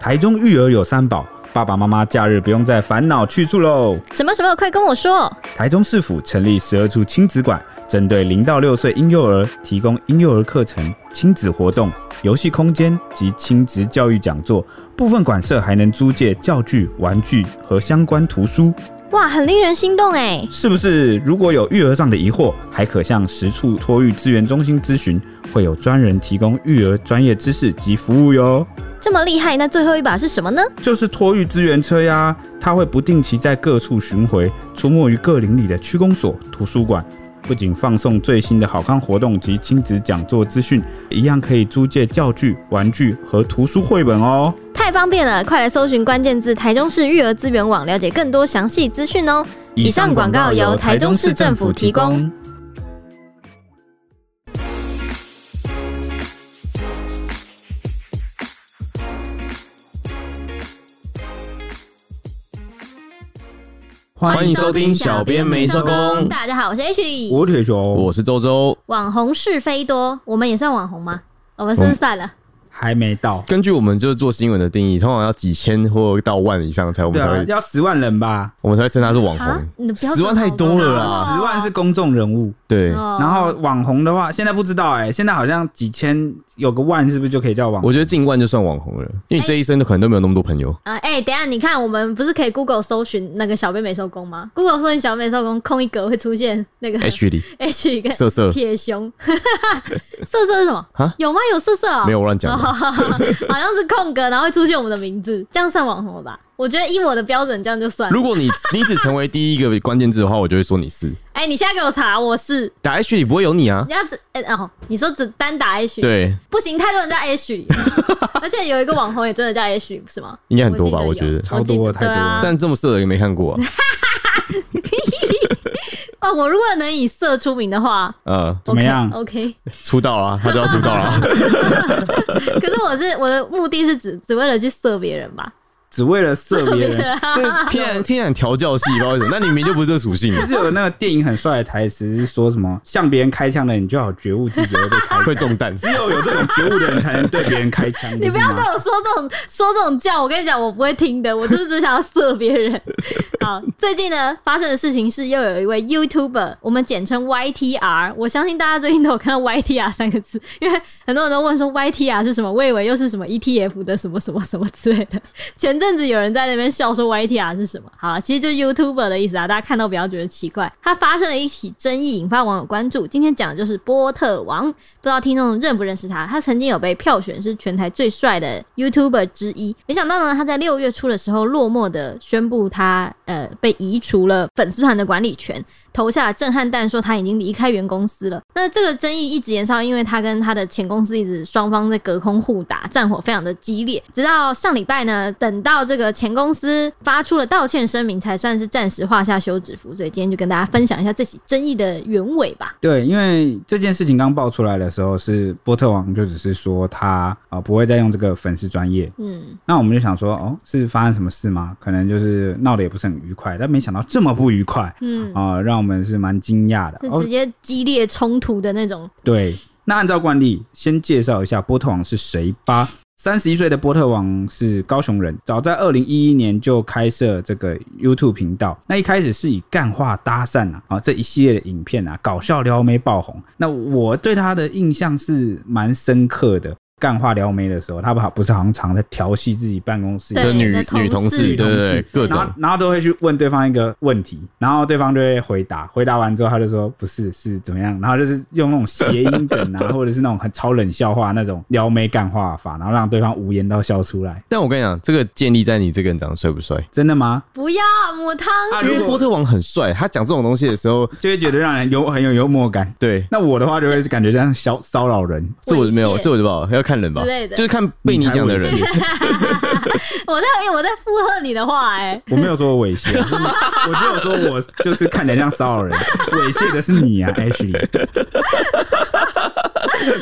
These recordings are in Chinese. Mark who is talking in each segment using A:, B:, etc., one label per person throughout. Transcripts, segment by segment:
A: 台中育儿有三宝，爸爸妈妈假日不用再烦恼去处喽。
B: 什么什么，快跟我说！
A: 台中市府成立十二处亲子馆，针对零到六岁婴幼儿提供婴幼儿课程、亲子活动、游戏空间及亲子教育讲座。部分馆舍还能租借教具、玩具和相关图书。
B: 哇，很令人心动哎！
A: 是不是？如果有育儿上的疑惑，还可向十处托育资源中心咨询，会有专人提供育儿专业知识及服务哟。
B: 这么厉害，那最后一把是什么呢？
A: 就是托育资源车呀，它会不定期在各处巡回，出没于各邻里的区公所、图书馆。不仅放送最新的好康活动及亲子讲座资讯，一样可以租借教具、玩具和图书绘本哦。
B: 太方便了，快来搜寻关键字“台中市育儿资源网”，了解更多详细资讯哦。以上广告由台中市政府提供。
C: 欢迎收听小编没收工
B: 大家好，我是 H，
A: 我铁熊，
C: 我是周周。
B: 网红是非多，我们也算网红吗？我们是不是算了？
A: 还没到。
C: 根据我们就是做新闻的定义，通常要几千或到万以上才我们
A: 对
C: 才
A: 啊，
C: 会，
A: 要十万人吧？啊
C: 我们才会称他是网
B: 啊
C: 红。
B: 你的标准
C: 哦十万太多了啦。
B: 哦
A: 十万是公众人物，
C: 对，
B: 哦
A: 然后网红的话，现在不知道哎、现在好像几千有个万，是不是就可以叫网红？
C: 我觉得近万就算网红了，因为你这一生都可能都没有那么多朋友。
B: 啊，哎、等一下，你看我们不是可以 Google 搜寻那个小编没收工吗？Google 搜寻小编没收工，空一格会出现那个
C: H 里
B: H 跟
C: 色色
B: 铁熊， 色色是什么
C: 啊？
B: 有吗？有色色啊、
C: 没有我乱讲的，
B: 好像是空格，然后会出现我们的名字，这样算网红了吧？我觉得依我的标准，这样就算了。
C: 如果你你只成为第一个关键字的话，我就会说你是
B: 哎、你现在给我查，我是
C: 打 H 里不会有你啊。
B: 你要只哎、哦，你说只单打 H，，
C: 对，
B: 不行，太多人叫 H，而且有一个网红也真的叫 H，是吗？
C: 应该很多吧？
B: 我
C: 我
B: 记得
C: 觉
B: 有
C: 得，
A: 超多
B: 我记得
A: 太多了
B: 对啊
C: 但这么色的也没看过啊。
B: 哦，我如果能以色出名的话，
C: 呃，
A: 怎么样
B: ？OK，
C: 出道啊，他就要出道 啊。
B: 可是我是我的目的是只只为了去射别人吧？啊
A: 只为了射别 人，
C: 这天然天然调教系，不知道为什么。那你明明就不是这属性，
A: 不是有那个电影很帅的台词是说什么？向别人开枪的你就 好觉悟自己会被开枪，
C: 会中弹。
A: 只有有这种觉悟的人才能对别人开枪。
B: 你不
A: 是
B: 要
A: 吗
B: 跟我说这种说这种教，我跟你讲，我不会听的，我就是只想要射别人。 好，最近呢发生的事情是，又有一位 YouTuber，我们简称 YTR，我相信大家最近都有看到 YTR 三个字，因为很多人都问说 YTR 是什么，我以为又是什么 ETF 的什么什么什么之类的。前阵子有人在那边笑说 YTR 是什么，好啦，其实就是 YouTuber 的意思啊，大家看到不要觉得奇怪。它发生了一起争议，引发网友关注。今天讲的就是波特王。不知道听众认不认识他，他曾经有被票选是全台最帅的 YouTuber 之一。没想到呢，他在六月初的时候落寞的宣布他呃被移除了粉丝团的管理权，投下了震撼弹，说他已经离开原公司了。那这个争议一直延烧，因为他跟他的前公司一直双方在隔空互打，战火非常的激烈。直到上礼拜呢，等到这个前公司发出了道歉声明，才算是暂时画下休止符。所以今天就跟大家分享一下这起争议的原委吧。
A: 对，因为这件事情刚爆出来的时候，是波特王就只是说他啊、呃不会再用这个粉丝专业。
B: 嗯，
A: 那我们就想说，哦，是发生什么事吗？可能就是闹得也不是很愉快，但没想到这么不愉快
B: 嗯
A: 啊、让我们是蛮惊讶的。
B: 是
A: 哦
B: 直，接激烈冲突的那种。
A: 对，那按照惯例，先介绍一下波特王是谁吧。三十一岁的波特王是高雄人，早在二零一一年就开设这个 YouTube 频道。那一开始是以干话搭讪啊，啊这一系列的影片啊，搞笑撩妹爆红。那我对他的印象是蛮深刻的。干话撩妹的时候，他不不是好像常在调戏自己办公室
B: 对
C: 的女
B: 你的
C: 女
B: 同
C: 同
B: 事
C: 事，对对嗯对，各
A: 然
C: 种
A: 后然后都会去问对方一个问题，然后对方就会回答，回答完之后他就说不是是怎么样，然后就是用那种谐音梗 啊，或者是那种很超冷笑话那种撩妹干话法，然后让对方无言到笑出来。
C: 但我跟你讲，这个建立在你这个人长得帅不帅。
A: 真的吗？
B: 不要母汤，
A: 啊，
C: 因
A: 如
C: 为波
A: 果
C: 特王很帅，他讲这种东西的时候，
A: 就会觉得让人有很有幽默感。
C: 对，
A: 那我的话就会感觉像骚骚扰人，
C: 这我没有，
B: 猥亵
C: 这我就不好，要看人吧
B: 之类的，
C: 就是看被你讲的人
A: 你。才猥亵
B: 我在哎、我在附和你的话哎、
A: 我没有说我猥亵，我只有说我就是看起来像骚扰人，猥亵的是你啊，Ashley。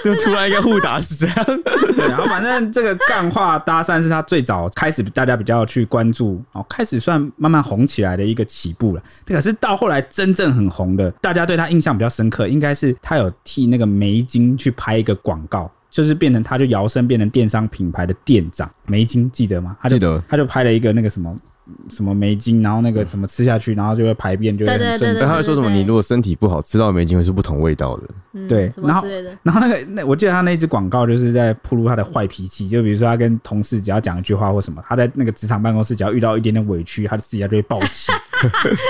C: 就 突然一个互打是这样，
A: 对，然后反正这个干话搭讪是他最早开始大家比较去关注，哦，开始算慢慢红起来的一个起步了。可是到后来真正很红的，大家对他印象比较深刻，应该是他有替那个梅晶去拍一个广告。就是变成他就摇身变成电商品牌的店长，梅金记得吗？他就
C: 记得
A: 他就拍了一个那个什么什么梅金，然后那个什么吃下去，然后就会排便，就会
B: 对对
A: 很顺
B: 对
C: 但他会说什么？
B: 对对
C: 你如果身体不好，吃到梅精会是不同味道的。
B: 嗯
A: 对
B: 什么
A: 然后
B: 之类的。
A: 然后那个那我记得他那一支广告就是在铺露他的坏脾气，就比如说他跟同事只要讲一句话或什么，他在那个职场办公室只要遇到一点点委屈，他私底下就会暴 气。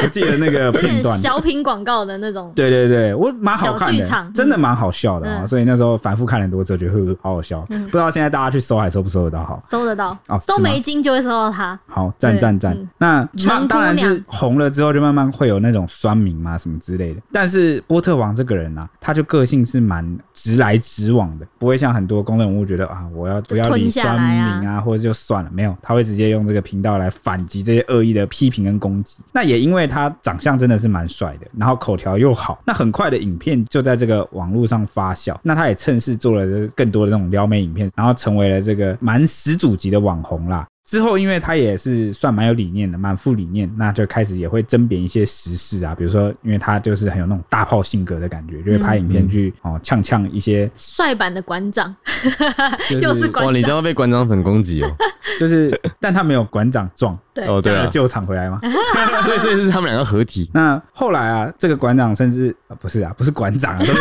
A: 我记得那个
B: 有
A: 片
B: 点
A: 段。
B: 小品广告的那种，
A: 对对对，我蛮好看
B: 小剧
A: 的
B: 场，
A: 真的蛮好笑的啊！
B: 嗯
A: 所以那时候反复看了很多次，觉得呵呵好好笑。不知道现在大家去搜还搜不搜得到好？
B: 搜得到
A: 哦，
B: 搜
A: 是吗
B: 梅精就会搜到它。
A: 好，赞
B: 对
A: 赞赞
B: 嗯！
A: 那那
B: 长
A: 当
B: 姑
A: 然是
B: 娘
A: 红了之后，就慢慢会有那种酸民嘛什么之类的。但是波特王这个人啊，他就个性是蛮直来直往的，不会像很多公众人物觉得啊，我要不要理
B: 吞下
A: 酸
B: 来啊
A: 民啊，或者就算了，没有，他会直接用这个频道来反击这些恶意的批评跟攻击。那也因为他长相真的是蛮帅的，然后口条又好，那很快的影片就在这个网络上发酵。那他也趁势做了更多的这种撩妹影片，然后成为了这个蛮始祖级的网红啦。之后，因为他也是算蛮有理念的，蛮富理念，那就开始也会甄别一些时事啊，比如说，因为他就是很有那种大炮性格的感觉，就会拍影
B: 嗯
A: 片去、哦呛呛一些，
B: 帅版的馆长，
A: 就是
B: 又是馆
C: 哇，你这
B: 长，
C: 样被馆长粉攻击哦！
A: 就是，但他没有馆长壮，
B: 对
C: 哦，对
A: 叫了
C: 啊，
A: 救场回来嘛。
C: 所以所以是他们两个合 体。
A: 那后来啊，这个馆长甚至、啊、不是啊，不是馆 长啊，都是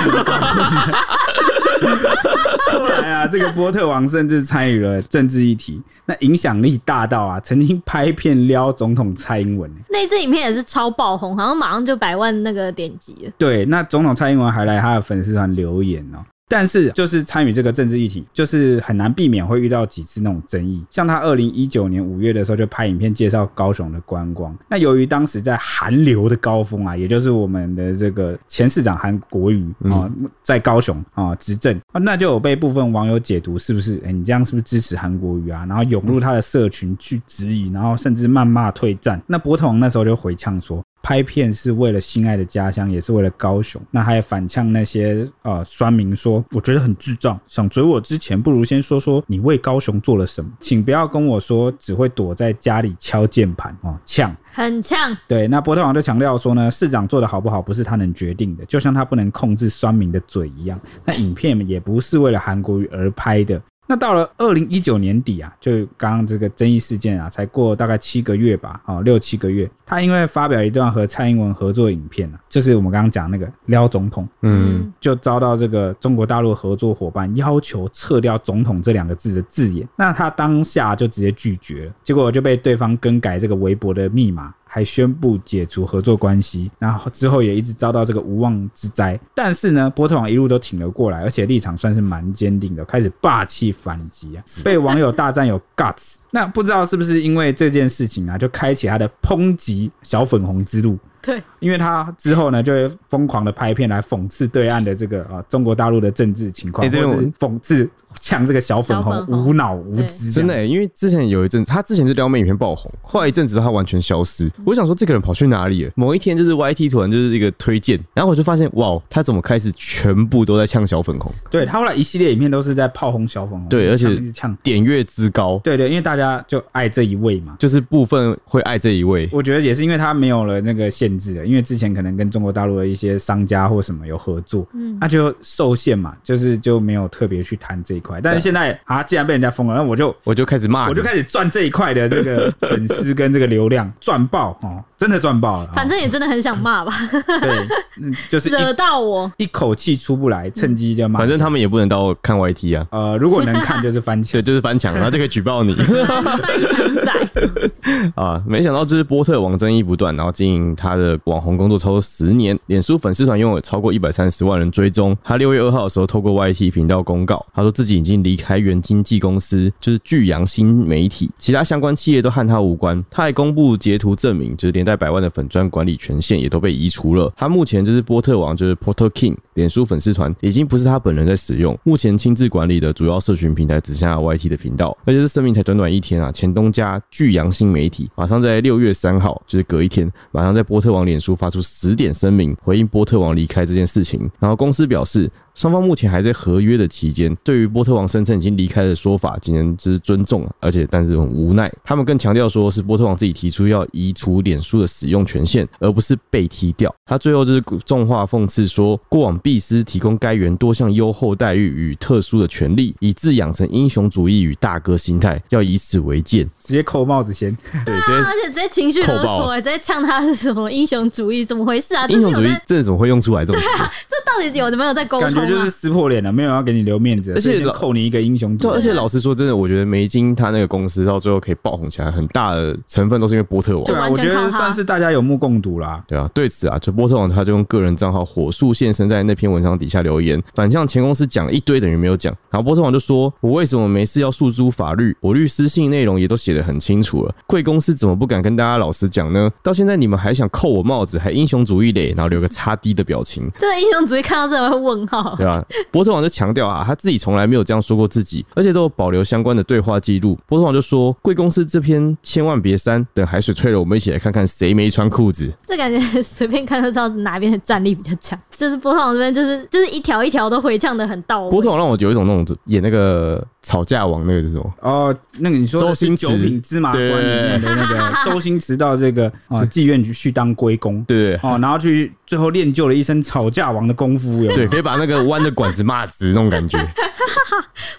A: 后来啊，这个波特王甚至参与了政治议题，那影响力大到啊，曾经拍片撩总统蔡英文、
B: 那支影片也是超爆红，好像马上就百万那个点击了。
A: 对，那总统蔡英文还来他的粉丝团留言哦。但是，就是参与这个政治议题，就是很难避免会遇到几次那种争议。像他二零一九年五月的时候，就拍影片介绍高雄的观光。那由于当时在韩流的高峰啊，也就是我们的这个前市长韩国瑜啊、在高雄啊、执政啊，那就有被部分网友解读是不是？哎、你这样是不是支持韩国瑜啊？然后涌入他的社群去质疑，然后甚至谩骂退战。那博统那时候就回呛说，拍片是为了心爱的家乡，也是为了高雄。那还反呛那些呃酸民说，我觉得很智障。想追我之前，不如先说说你为高雄做了什么。请不要跟我说只会躲在家里敲键盘啊，哦呛、
B: 很呛，
A: 对，那波特王就强调说呢，市长做的好不好不是他能决定的，就像他不能控制酸民的嘴一样。那影片也不是为了韩国语而拍的。那到了二零一九年底啊，就刚刚这个争议事件啊，才过大概七个月吧，哦，六七个月，他因为发表一段和蔡英文合作影片啊，就是我们刚刚讲那个撩总统，
C: 嗯，
A: 就遭到这个中国大陆合作伙伴要求撤掉“总统”这两个字的字眼，那他当下就直接拒绝了，结果就被对方更改这个微博的密码，还宣布解除合作关系，然后之后也一直遭到这个无妄之灾。但是呢，波特王一路都挺了过来，而且立场算是蛮坚定的，开始霸气反击啊， 被网友大赞有 guts。那不知道是不是因为这件事情啊，就开启他的抨击小粉红之路。
B: 对，
A: 因为他之后呢，就会疯狂的拍片来讽刺对岸的这个啊、呃中国大陆的政治情况，
C: 欸这边
A: 或
C: 我
A: 是讽刺呛这个小粉红
B: 小粉红
A: 无脑无知这样，
C: 真的、欸，因为之前有一阵，他之前是撩妹影片爆红，后来一阵子他完全消失。
B: 嗯
C: 我想说这个人跑去哪里了？某一天就是 YT 突然就是一个推荐，然后我就发现哇，他怎么开始全部都在呛小粉红，
A: 对他后来一系列影片都是在炮轰小粉红，一
C: 对
A: 直
C: 而
A: 呛
C: 且
A: 一直呛，
C: 点阅之高，
A: 对对，因为大家就爱这一位嘛。
C: 就是部分会爱这一位。
A: 我觉得也是因为他没有了那个限制啊了，因为之前可能跟中国大陆的一些商家或什么有合作，嗯，那就受限嘛，就是就没有特别去谈这一块。但是现在啊，既然被人家封了，那我就
C: 我就开始骂啊你，
A: 我就开始赚这一块的这 个粉丝跟这个流量，赚爆哦，真的赚爆了。哦
B: 反正也真的很想骂吧，
A: 对，嗯 就是
B: 惹
A: 一
B: 到我。
A: 一口气出不来，趁机就骂。
C: 反正他们也不能到看 YT 啊，
A: 呃，如果能看就是翻墙
C: 对，。就是翻墙，然后就可以举报你
B: 翻墙 仔，
C: 啊！没想到这是波特王争议不断，然后经营他的网红工作超过十年，脸书粉丝团拥有超过一百三十万人追踪。他六月二号的时候透过 YT 频道公告，他说自己已经离开原经纪公司，就是巨阳新媒体，其他相关企业都和他无关。他还公布截图证明，就是连带百万的粉砖管理权限也都被移除了。他目前就是波特王，就是 Porter King 脸书粉丝团，已经不是他本人在使用，目前亲自管理的主要社群平台只剩下 YT 的频道。而且这声明才短短一天啊，前东家巨阳新媒体马上在六月三号，就是隔一天，马上在波特王脸书发出十点声明，回应波特王离开这件事情。然后公司表示，双方目前还在合约的期间，对于波特王声称已经离开的说法，仅能之尊重，而且但是很无奈。他们更强调说是波特王自己提出要移除脸书的使用权限，而不是被踢掉。他最后就是重话讽刺说，过往必斯提供该员多项优厚待遇与特殊的权利，以致养成英雄主义与大哥心态，要以此为戒。
A: 直接扣帽子 先。
C: 对，这些
B: 而且直接情绪勒
C: 扣爆
A: 啊
B: 索、直接呛他是什么英雄主义，怎么回事啊？这
C: 英
B: 是
C: 雄
B: 有
C: 主义
B: 在，
C: 这怎么会用出来这种词？
B: 这到底有没有在沟
A: 感
B: 通
A: 觉就是
B: 啊？
A: 撕破脸了，没有要给你留面子，
C: 而且
A: 所以就扣你一个英雄
C: 就
A: 主义
C: 而且老实说，真的，我觉得梅金他那个公司到最后可以爆红起来，很大的成分都是因为波特王
A: 对。啊，
B: 完
A: 我
B: 全
A: 觉
B: 靠
A: 得
B: 他
A: 算是大家有目共睹啦。
C: 对啊，对此啊，就波特王他就用个人账号火速现身在那篇文章底下留言，反向前公司讲了一堆等于没有讲。然后波特王就说：“我为什么没事要诉诸法律？我律师信内容也都写得很清楚了，贵公司怎么不敢跟大家老实讲呢？到现在你们还想扣我帽子，还英雄主义嘞？”然后留个擦滴的表情。
B: 这个英雄主义看到这个会问号，
C: 对啊，波特王就强调啊，他自己从来没有这样说过自己，而且都有保留相关的对话记录。波特王就说：“贵公司这篇千万别删，等海水退了，我们一起来看看谁没穿裤子。
B: 这感觉随便看就知道哪边的战力比较强。就是波特王这边就是就是一条一条都回呛的很到”
C: 波特
B: 位，
C: 王让我有一种那种演那个吵架王那个这种，
A: 哦，那个你说的
C: 周
A: 是
C: 星驰
A: 九品芝麻官里面的那 个周星驰到这个啊妓院去去当龟公
C: 对不
A: 哦，然后去最后练就了一身吵架王的功夫，有
C: 对？
A: 没
C: 对，
A: 有
C: 可以把那个弯的管子骂直那种 感觉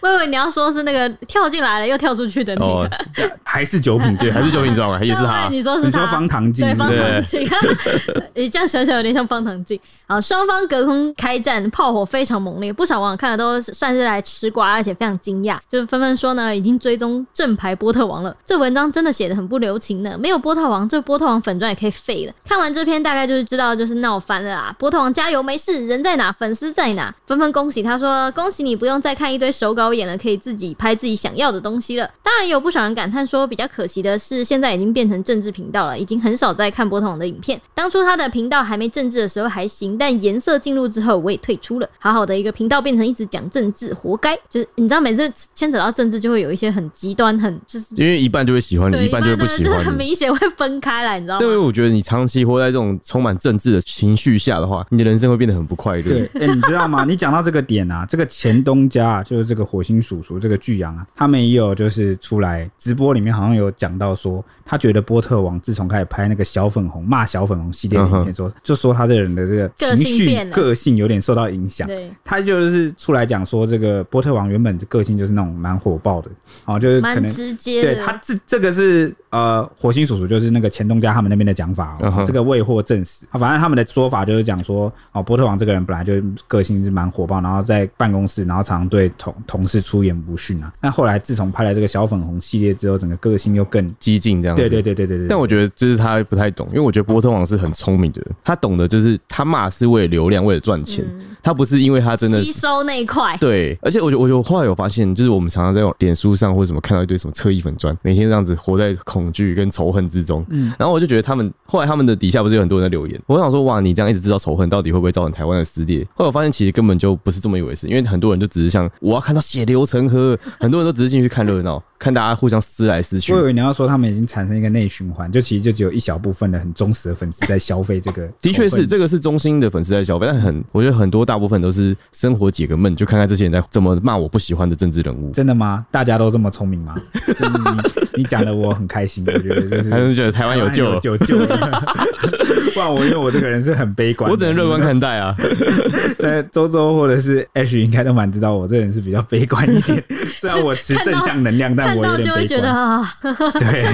B: 我以为你要说是那个跳进来了又跳出去的那
C: 哦嗯
B: 个，，
A: 还是九品
C: 对，还是九品知道吗？也是
B: 对我以为
C: 他，
B: 你说是
A: 你说
B: 他。
A: 方唐镜
B: 对，
A: 是不
B: 方
A: 是？
B: 唐镜， 你这样想想有点像方唐镜。好，双方隔空开战，炮火非常猛烈，不少网友看了都算是来吃瓜，而且非常惊讶，就是纷纷说呢，已经追踪正牌波特王了。这文章真的写的很不留情呢，没有波特王，这波特王粉钻也可以废了。看完这篇，大概就是知道就是闹翻了啦。波特王加油，没事，人在哪，粉丝在哪，纷纷恭喜他说，恭喜你不用再看一堆手稿眼了，可以自己拍自己想要的东西了。当然，也有不少人感叹说，比较可惜的是，现在已经变成政治频道了，已经很少在看波特王的影片。当初他的频道还没政治的时候还行，但颜色进入之后，我也退出了。好好的一个频道变成一直讲政治，活该。就是你知道，每次牵扯到政治，就会有一些很极端，很就是
C: 因为一半就会喜欢你，
B: 对
C: 一半就会不
B: 的
C: 喜
B: 就是
C: 欢
B: 很
C: 你。
B: 明显会分开来，你知道
C: 但因为
B: 吗？
C: 我觉得你长期活在这种充满政治的情绪下的话，你的人生会变得很不快乐。
A: 对，哎、你知道吗？你讲到这个点啊，这个前东家啊，就是这个火星叔叔这个巨羊啊，他们也有就是出来直播里面好像有讲到说，他觉得波特王自从开始拍那个小粉红骂小粉红系列的影片说，就说他这个人的这个情
B: 个性
A: 绪
B: 变了
A: 个性有点受到影响。
B: 对，
A: 他就是出来讲说，这个波特王原本的个性就是那种蛮火爆的，哦，就是可
B: 蛮
A: 能
B: 直接
A: 对
B: 的。
A: 他这这个是呃，火星叔叔就是那个前东家他们那边的讲法、哦
C: 嗯哼
A: 这个未获证实。啊反正他们的说法就是讲说，哦，波特王这个人本来就个性是蛮火爆，然后在办公室，然后常对同同事出言不逊啊。那后来自从拍了这个小粉红系列之后，整个个性又更……
C: 激进这样子。
A: 对对对对对对。
C: 但我觉得就是他不太懂，因为我觉得波特王是很聪明的人，他懂得就是他骂是为了流量，为了赚钱，
B: 嗯
C: 他不是因为他真的
B: 吸收那一块，
C: 对。而且我觉得，我觉得我后来有发现，就是我们常常在脸书上或者什么看到一堆什么侧翼粉砖，每天这样子活在恐惧跟仇恨之中。嗯，然后我就觉得他们后来他们的底下不是有很多人在留言，我想说哇，你这样一直制造仇恨，到底会不会造成台湾的撕裂？后来我发现其实根本就不是这么一回事，因为很多人就只是像我要看到血流成河， 很多人都只是进去看热闹，看大家互相撕来撕去
A: 我。以为你要说他们已经产生一个内循环，就其实就只有一小部分的很忠实的粉丝在消费这个。
C: 的确是，这个是中心的粉丝在消费，但很我觉得很多大部分都是生活解个闷，就看看这些人在怎么骂我不喜欢的政治人物，
A: 真的吗？大家都这么聪明吗？真的你你讲的我很开心，我觉得这 是
C: 他就觉得台湾有救 了。
A: 有救了。 不然我因为我这个人是很悲观的，
C: 我只能乐 观看待啊，
A: 呃，周周或者是 H 应该都蛮知道我这人是比较悲观一 点，虽然我持正向能量，但
B: 看
A: 我有
B: 到就
A: 点
B: 会觉
A: 悲
B: 得
A: 观。
B: 啊，
A: 对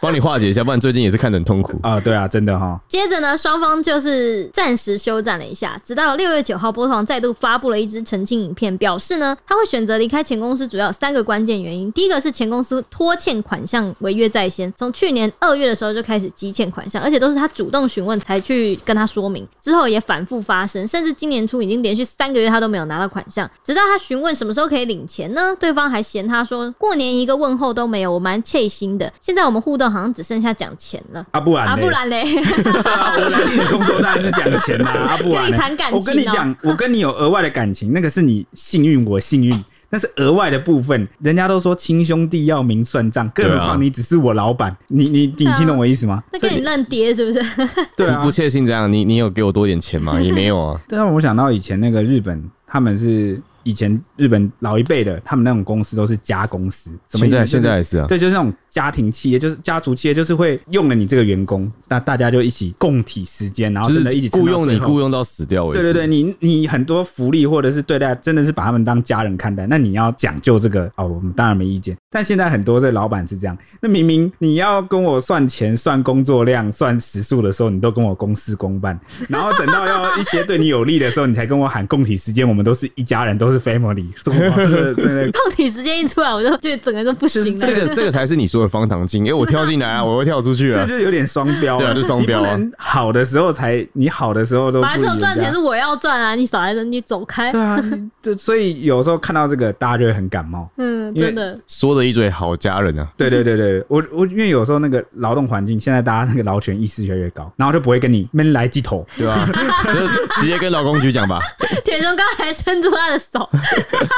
C: 帮你化解一下，不然最近也是看得很痛苦。
A: 啊， 对啊，真的哈。
B: 接着呢，双方就是暂时休战了一下，直到六月九号，波特王再度发布了一支澄清影片，表示呢，他会选择离开前公司，主要有三个关键原因。第一个是前公司拖欠款项违约在先，从去年二月的时候就开始积欠款项，而且都是他主动询问才去跟他说明，之后也反复发生，甚至今年初已经连续三个月他都没有拿到款项，直到他询问什么时候可以领钱呢，对方还嫌他说过年一个问候都没有，我蛮切心的。现在我们互动好像只剩下讲钱了，
A: 啊，不然
B: 啊，
A: 嘞
B: 不然嘞。
A: 啊我来跟你工作当然是讲钱啦， 啊，不然
B: 跟你
A: 嘞
B: 谈感情哦
A: 我跟你讲，我跟你有额外的感情，那个是你幸运，我幸运。那是额外的部分，人家都说亲兄弟要明算账，更何
C: 对啊
A: 况你只是我老板，你你你
B: 啊
A: 听懂我意思吗？
B: 那跟你认爹是不 是？
A: 对
C: 不
A: 啊 。
C: 不，切信这样，你你有给我多点钱吗？也没有啊
A: 这让我想到以前那个日本，他们是以前日本老一辈的，他们那种公司都是家公司，什么
C: 现
A: 意思
C: 在
A: 就是
C: 现在也是啊，
A: 对，就是那种家庭企业，就是家族企业，就是会用了你这个员工，那大家就一起共体时间，然后
C: 就
A: 真的一
C: 是
A: 起
C: 雇佣你雇
A: 佣。
C: 佣到死掉为止。
A: 对对对，你你很多福利或者是对待，真的是把他们当家人看待。那你要讲究这个哦，我们当然没意见。但现在很多这老板是这样，那明明你要跟我算钱、算工作量、算时数的时候，你都跟我公事公办，然后等到要一些对你有利的时候，你才跟我喊共体时间，我们都是一家人，都是 family。哇这个真的
B: 碰体时间一出来，我就觉得整个就不
C: 就是
B: 行了。
C: 这个这个才是你说的方糖精，因为我跳进来啊，我又跳出去
A: 这
C: 啊，
A: 就有点双标、
C: 对啊就双标啊
A: 你不能好的时候才，你好的时候都不
B: 本来
A: 理
B: 是
A: 人
B: 我
A: 家
B: 赚钱是我要赚啊，你少来这，你走开。
A: 对啊，你 这所以有时候看到这个，大家就会很感冒。
B: 嗯，
A: 因为
B: 真的，
C: 说的一嘴好家 人啊，
A: 对对对对，我我因为有时候那个劳动环境，现在大家那个劳权意识越来越高，然后就不会跟你闷来鸡头。
C: 对吧、 就直接跟老公局讲吧，
B: 铁熊刚才伸出他的手，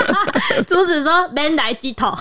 B: 阻止说 “man 来鸡头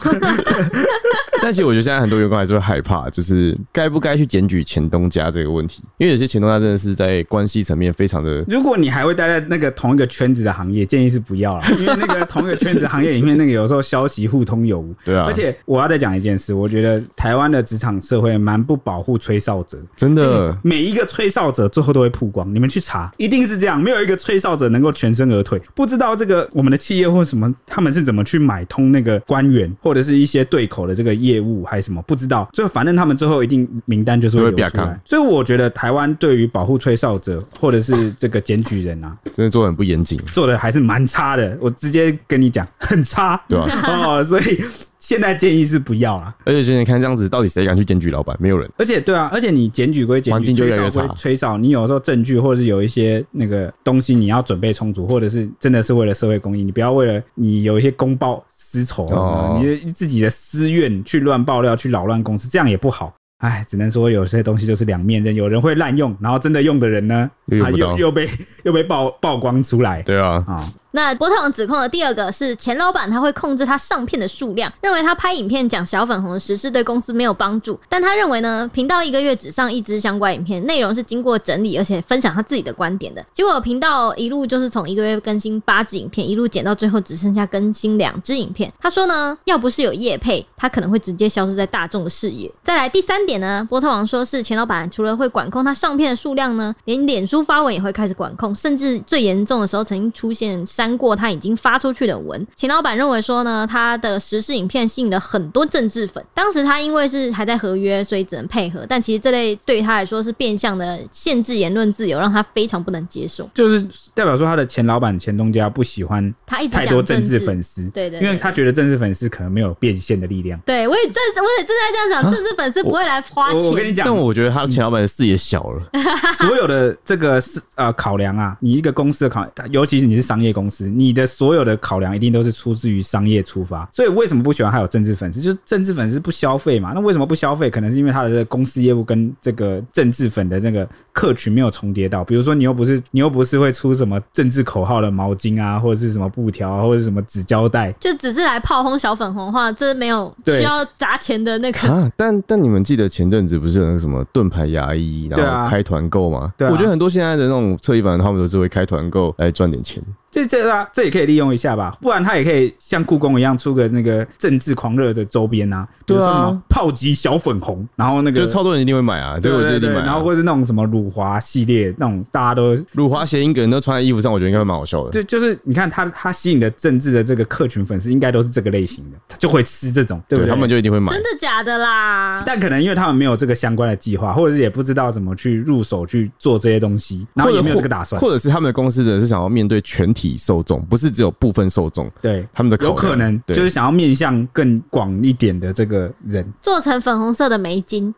C: 但其实我觉得现在很多员工还是会害怕，就是该不该去检举前东家这个问题，因为有些前东家真的是在关系层面非常的。
A: 如果你还会待在那个同一个圈子的行业，建议是不要 了，因为那个同一个圈子行业里面，那个有时候消息互通有无。
C: 对啊
A: 而且我要再讲一件事，我觉得台湾的职场社会蛮不保护吹哨者的。
C: 真的，
A: 每一个吹哨者最后都会曝光，你们去查，一定是这样，没有一个吹哨者能够全身而退。不知道这个我们的企业或什么，他们是怎么去买通那个官员或者是一些对口的这个业务还是什么，不知道。所以反正他们最后一定名单就是会
C: 都会
A: 流出
C: 被看
A: 来。所以我觉得台湾对于保护吹哨者或者是这个检举人啊，
C: 真的做的很不严谨，
A: 做的还是蛮差的。我直接跟你讲，很差，
C: 对吧、
A: 哦，所以现在建议是不要啊。
C: 而且现在看这样子，到底谁敢去检举老板？没有人。
A: 而且对啊，而且你检举归检
C: 环
A: 举，
C: 境就
A: 吹
C: 越来
A: 哨
C: 越
A: 归
C: 差
A: 吹哨，你有时候证据或者是有一些那个东西你要准备充足，或者是真的是为了社会公益，你不要为了你有一些公报私仇，啊
C: 哦
A: 你的自己的私怨去乱爆料，去扰乱公司，这样也不好。哎，只能说有些东西就是两面刃，有人会滥用，然后真的用的人呢，
C: 又用
A: 啊
C: 不到
A: 又又被又被曝曝光出来
C: 对啊，
A: 啊。”。
B: 那波特王指控的第二个是前老板他会控制他上片的数量，认为他拍影片讲小粉红的时事对公司没有帮助，但他认为呢，频道一个月只上一支相关影片，内容是经过整理而且分享他自己的观点的。结果频道一路就是从一个月更新八支影片，一路减到最后只剩下更新两支影片。他说呢，要不是有业配，他可能会直接消失在大众的视野。再来第三点呢，波特王说是钱老板除了会管控他上片的数量呢，连脸书发文也会开始管控，甚至最严重的时候曾经出现删过他已经发出去的文。钱老板认为说呢，他的时事影片吸引了很多政治粉，当时他因为是还在合约，所以只能配合，但其实这类对他来说是变相的限制言论自由，让他非常不能接受。
A: 就是代表说他的前老板、前东家不喜欢
B: 他一直
A: 太
B: 讲
A: 多政
B: 政
A: 治
B: 治
A: 粉丝，
B: 对对
A: 因为
B: 对
A: 他
B: 对
A: 觉得政治粉丝可能没有变现的力量。
B: 对我也正我也正在这样想，政治粉丝不会来花
A: 啊我我跟你
B: 钱。
A: 讲
C: 但，我觉得他的前老板的视野小了，
A: 所有的这个是呃考量啊，你一个公司的考，尤其是你是商业公司，你的所有的考量一定都是出自于商业出发。所以为什么不喜欢还有政治粉丝？就是政治粉丝不消费嘛。那为什么不消费？可能是因为他的这个公司业务跟这个政治粉的那个客群没有重叠到。比如说你又不是你又不是会出什么政治口号的毛巾啊，或者是什么布条啊，或者是什么纸胶带。
B: 就只是来炮轰小粉红的话，这没有
A: 对
B: 需要砸钱的那个
C: 啊，但但你们记得前阵子不是有那个什么盾牌牙医，
A: 对
C: 然
A: 啊
C: 后开团购吗？
A: 对啊
C: 我觉得很多现在的那种侧翼版，他们都是会开团购来赚点钱。
A: 这这啊，这也可以利用一下吧，不然他也可以像故宫一样出个那个政治狂热的周边啊，比如说
C: 对啊
A: 什么炮击小粉红，然后那个
C: 就超多人一定会买啊，这
A: 对
C: 个我就
A: 对
C: 一定
A: 对，
C: 买啊、
A: 然后或是那种什么辱华系列那种，大家都
C: 辱华谐音梗都穿在衣服上，我觉得应该会蛮好笑的。
A: 就就是你看他他吸引的政治的这个客群粉丝，应该都是这个类型的，他就会吃这种，对不对？
C: 他们就一定会买
B: 真。的假的啦？
A: 但可能因为他们没有这个相关的计划，或者是也不知道怎么去入手去做这些东西，然后也没有这个打算
C: 或，者是他们的公司人是想要面对全体受众，不是只有部分受 众。
A: 对。
C: 他们的
A: 有
C: 考量
A: 可能
C: 对
A: 就是想要面向更广一点的这个人，
B: 做成粉红色的眉巾，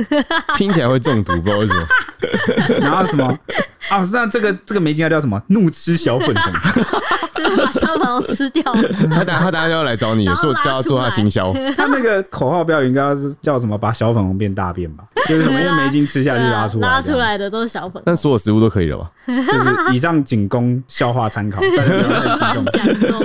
C: 听起来会中毒，不知道为什么。
A: 然后什么啊？那这个这个梅金要叫什么？怒吃小粉红。
B: 就是把小粉红吃掉。
C: 他等下他等下就要来 找你
B: 然后
C: 做
B: 拉，
C: 叫他
B: 出
C: 做他
B: 来
C: 行销。
A: 他那个口号标语应该是叫什么？把小粉红变大便吧？就是什么？因为梅金吃下去
B: 对啊
A: 拉出来，
B: 拉出，来的都是小粉红。
C: 但所有食物都可以了吧？
A: 就是以上仅供笑话参考。但是
B: 讲中，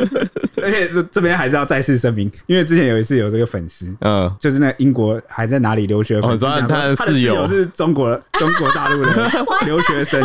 A: 而且且这这边还是要再次声明，因为之前有一次有这个粉丝，
C: 嗯，
A: 就是那个英国还在哪里留学的粉丝，
C: 哦
A: 讲
C: 你知道
A: 说
C: 他的
A: 他的室
C: 室友
A: 友是中 国中国大陆的留学生。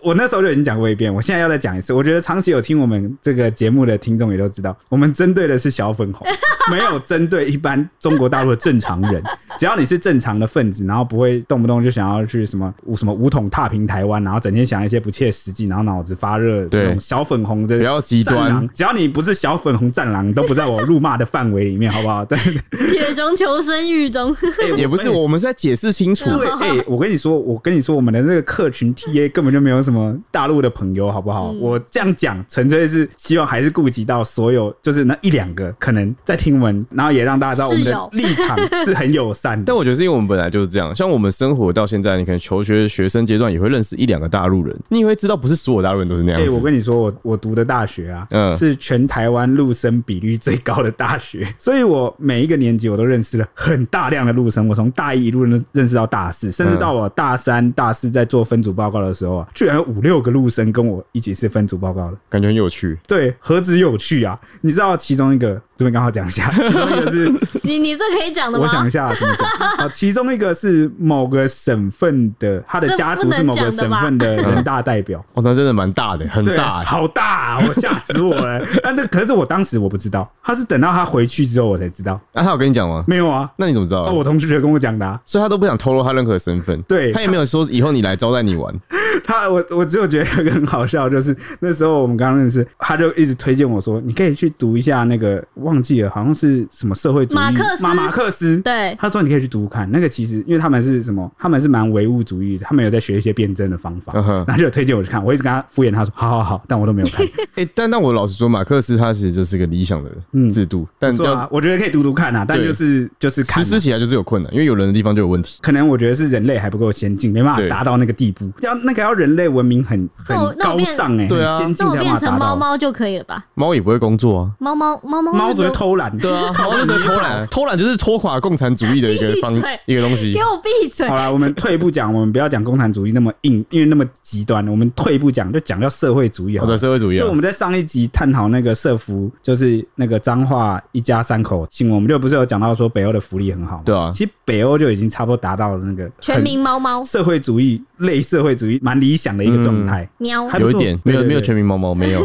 A: 我那时候就已经讲过一遍，我现在要再讲一次。我觉得长期有听我们这个节目的听众也都知道，我们针对的是小粉红， 没有针对一般中国大陆的正常人。只要你是正常的分子，然后不会动不动就想要去什么什么武统踏平台湾，然后整天想一些不切实际，然后脑子发热，
C: 对
A: 这种小粉红的
C: 不要极端
A: 战狼只要你不是小粉红战狼，都不在我辱骂的范围里面，好不好？对。
B: 铁熊求生欲中，
A: 哎
C: 也不是，我们是在解释清楚。
A: 对，哎、我跟你说，我跟你说，我们的那个客群 TA 根本就没有什么大陆的朋友，好不好？
B: 嗯
A: 我这样讲，纯粹是希望还是顾及到所有，就是那一两个可能在听我们，然后也让大家知道我们
B: 是
A: 的
B: 有
A: 立场是很友善的
C: 但。我觉得是因为我们本来就是这样，像我们生活到现在，你可能求学学生阶段也会认识一两个大陆人，你也会知道不是所有大陆人都是那
A: 哎、
C: 样
A: 我
C: 子。
A: 跟你说，我我读的大学啊，
C: 嗯
A: 是全台湾陆生比率最高的大学， 所以我每一个年级我都认识了很大量的陆生。我从大一一路认认识到大四，甚至
C: 嗯
A: 到我大三、大四在做分组报告的时候啊，居然有五六个陆生跟我一起是分组报告的。
C: 感觉很有趣。
A: 对，何止有趣啊！你知道其中一个，这边刚好讲一 下，其中一个是
B: 你你这可以讲的
A: 我想
B: 吗
A: 一？下怎么讲啊，其中一个是某个省份的，他的
B: 这
A: 家
B: 不
A: 族是
B: 能
A: 某个
B: 讲的
A: 省
B: 吧
A: 份的人大代表。
C: 哦，那真的蛮大的，很
A: 对，
C: 大欸。
A: 好大、啊，我吓死我了。 但这可是我当时我不知道，他是等到他回去之后我才知道，
C: 那、他有跟你讲吗？
A: 没有啊，
C: 那你怎么知道？
A: 哦，我同学跟我讲的、啊。
C: 所以他都不想透露他任何身份，
A: 对
C: 他也没有说以后你来招待你 玩，
A: 他我我只有觉得有一个很好笑，就是那时候我们刚认识，他就一直推荐我说，你可以去读一下那个忘记了，好像是什么社会主义
B: 马克思
A: 马马克思。
B: 对
A: 他说你可以去读读看，那个其实因为他们是什么，他们是蛮唯物主义的，他们有在学一些辩证的方法，
C: 嗯哼
A: 然后就推荐我去看，我一直跟他敷衍他说好好好，但我都没有看。
C: 哎、但但我老实说，马克思他其实就是个理想的
A: 嗯
C: 制度， 但
A: 不错
C: 要、
A: 啊，我觉得可以读读看啊，但
C: 对
A: 就是就是看啊、
C: 实施起来就是有困难，因为有人的地方就有问题。
A: 可能我觉得是人类还不够先进，没办法
C: 对
A: 达到那个地步。要那个要人类文明很很
B: 那我那我
A: 高
B: 变
A: 尚哎、
C: 对啊
A: 很先进
B: 那我
A: 才
B: 变
A: 把它
B: 成
A: 达
B: 猫
A: 到。
B: 猫就可以了吧？
C: 猫也不会工作啊，
B: 猫猫猫猫
A: 猫只会
B: 就
A: 偷懒，
C: 对啊，猫就是偷懒，偷懒就是拖垮共产主义的一个 方
B: 闭嘴
C: 一个东西
B: 给。我闭嘴
A: 好！啦，我们退一步讲，我们不要讲共产主义那么硬，因为那么极端。我们退一步讲，就讲到社会主义好
C: 好
A: 了
C: 的，社会主义、啊
A: 就我，们在上一集探讨那个社服，就是那个彰化一家三口新闻，我们就不是有讲到说北欧的福利很好吗？
C: 对啊
A: 其实北欧就已经差不多达到了那个
B: 全
A: 很
B: 民猫猫
A: 社会主义、类社会主义蛮理想的一个状态。
C: 嗯
B: 喵，
A: 还不
C: 有
A: 错
C: 一点没有
A: 对对对
C: 没有全民猫猫没有，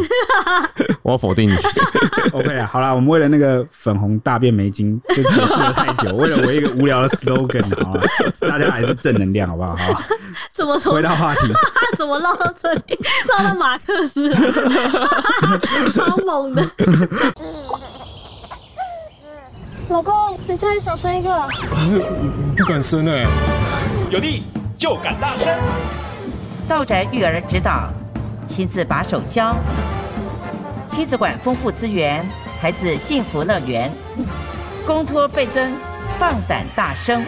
C: 我要否定你。
A: OK 啦，好啦，我们为了那个粉红大便没精就解释了太久，为了我一个无聊的 slogan，好吧，大家还是正能量，好不好？ 好，
B: 怎么从
A: 回到话题，
B: 他 怎么绕到这里，绕到马克思 了，超 猛的！
D: 老公，你家里少生一个了。
E: 可是不敢生哎、
F: 有力就敢大声。
G: 道宅育儿指导，亲自把手教，亲子馆丰富资源，孩子幸福乐园，公托倍增，放胆大声。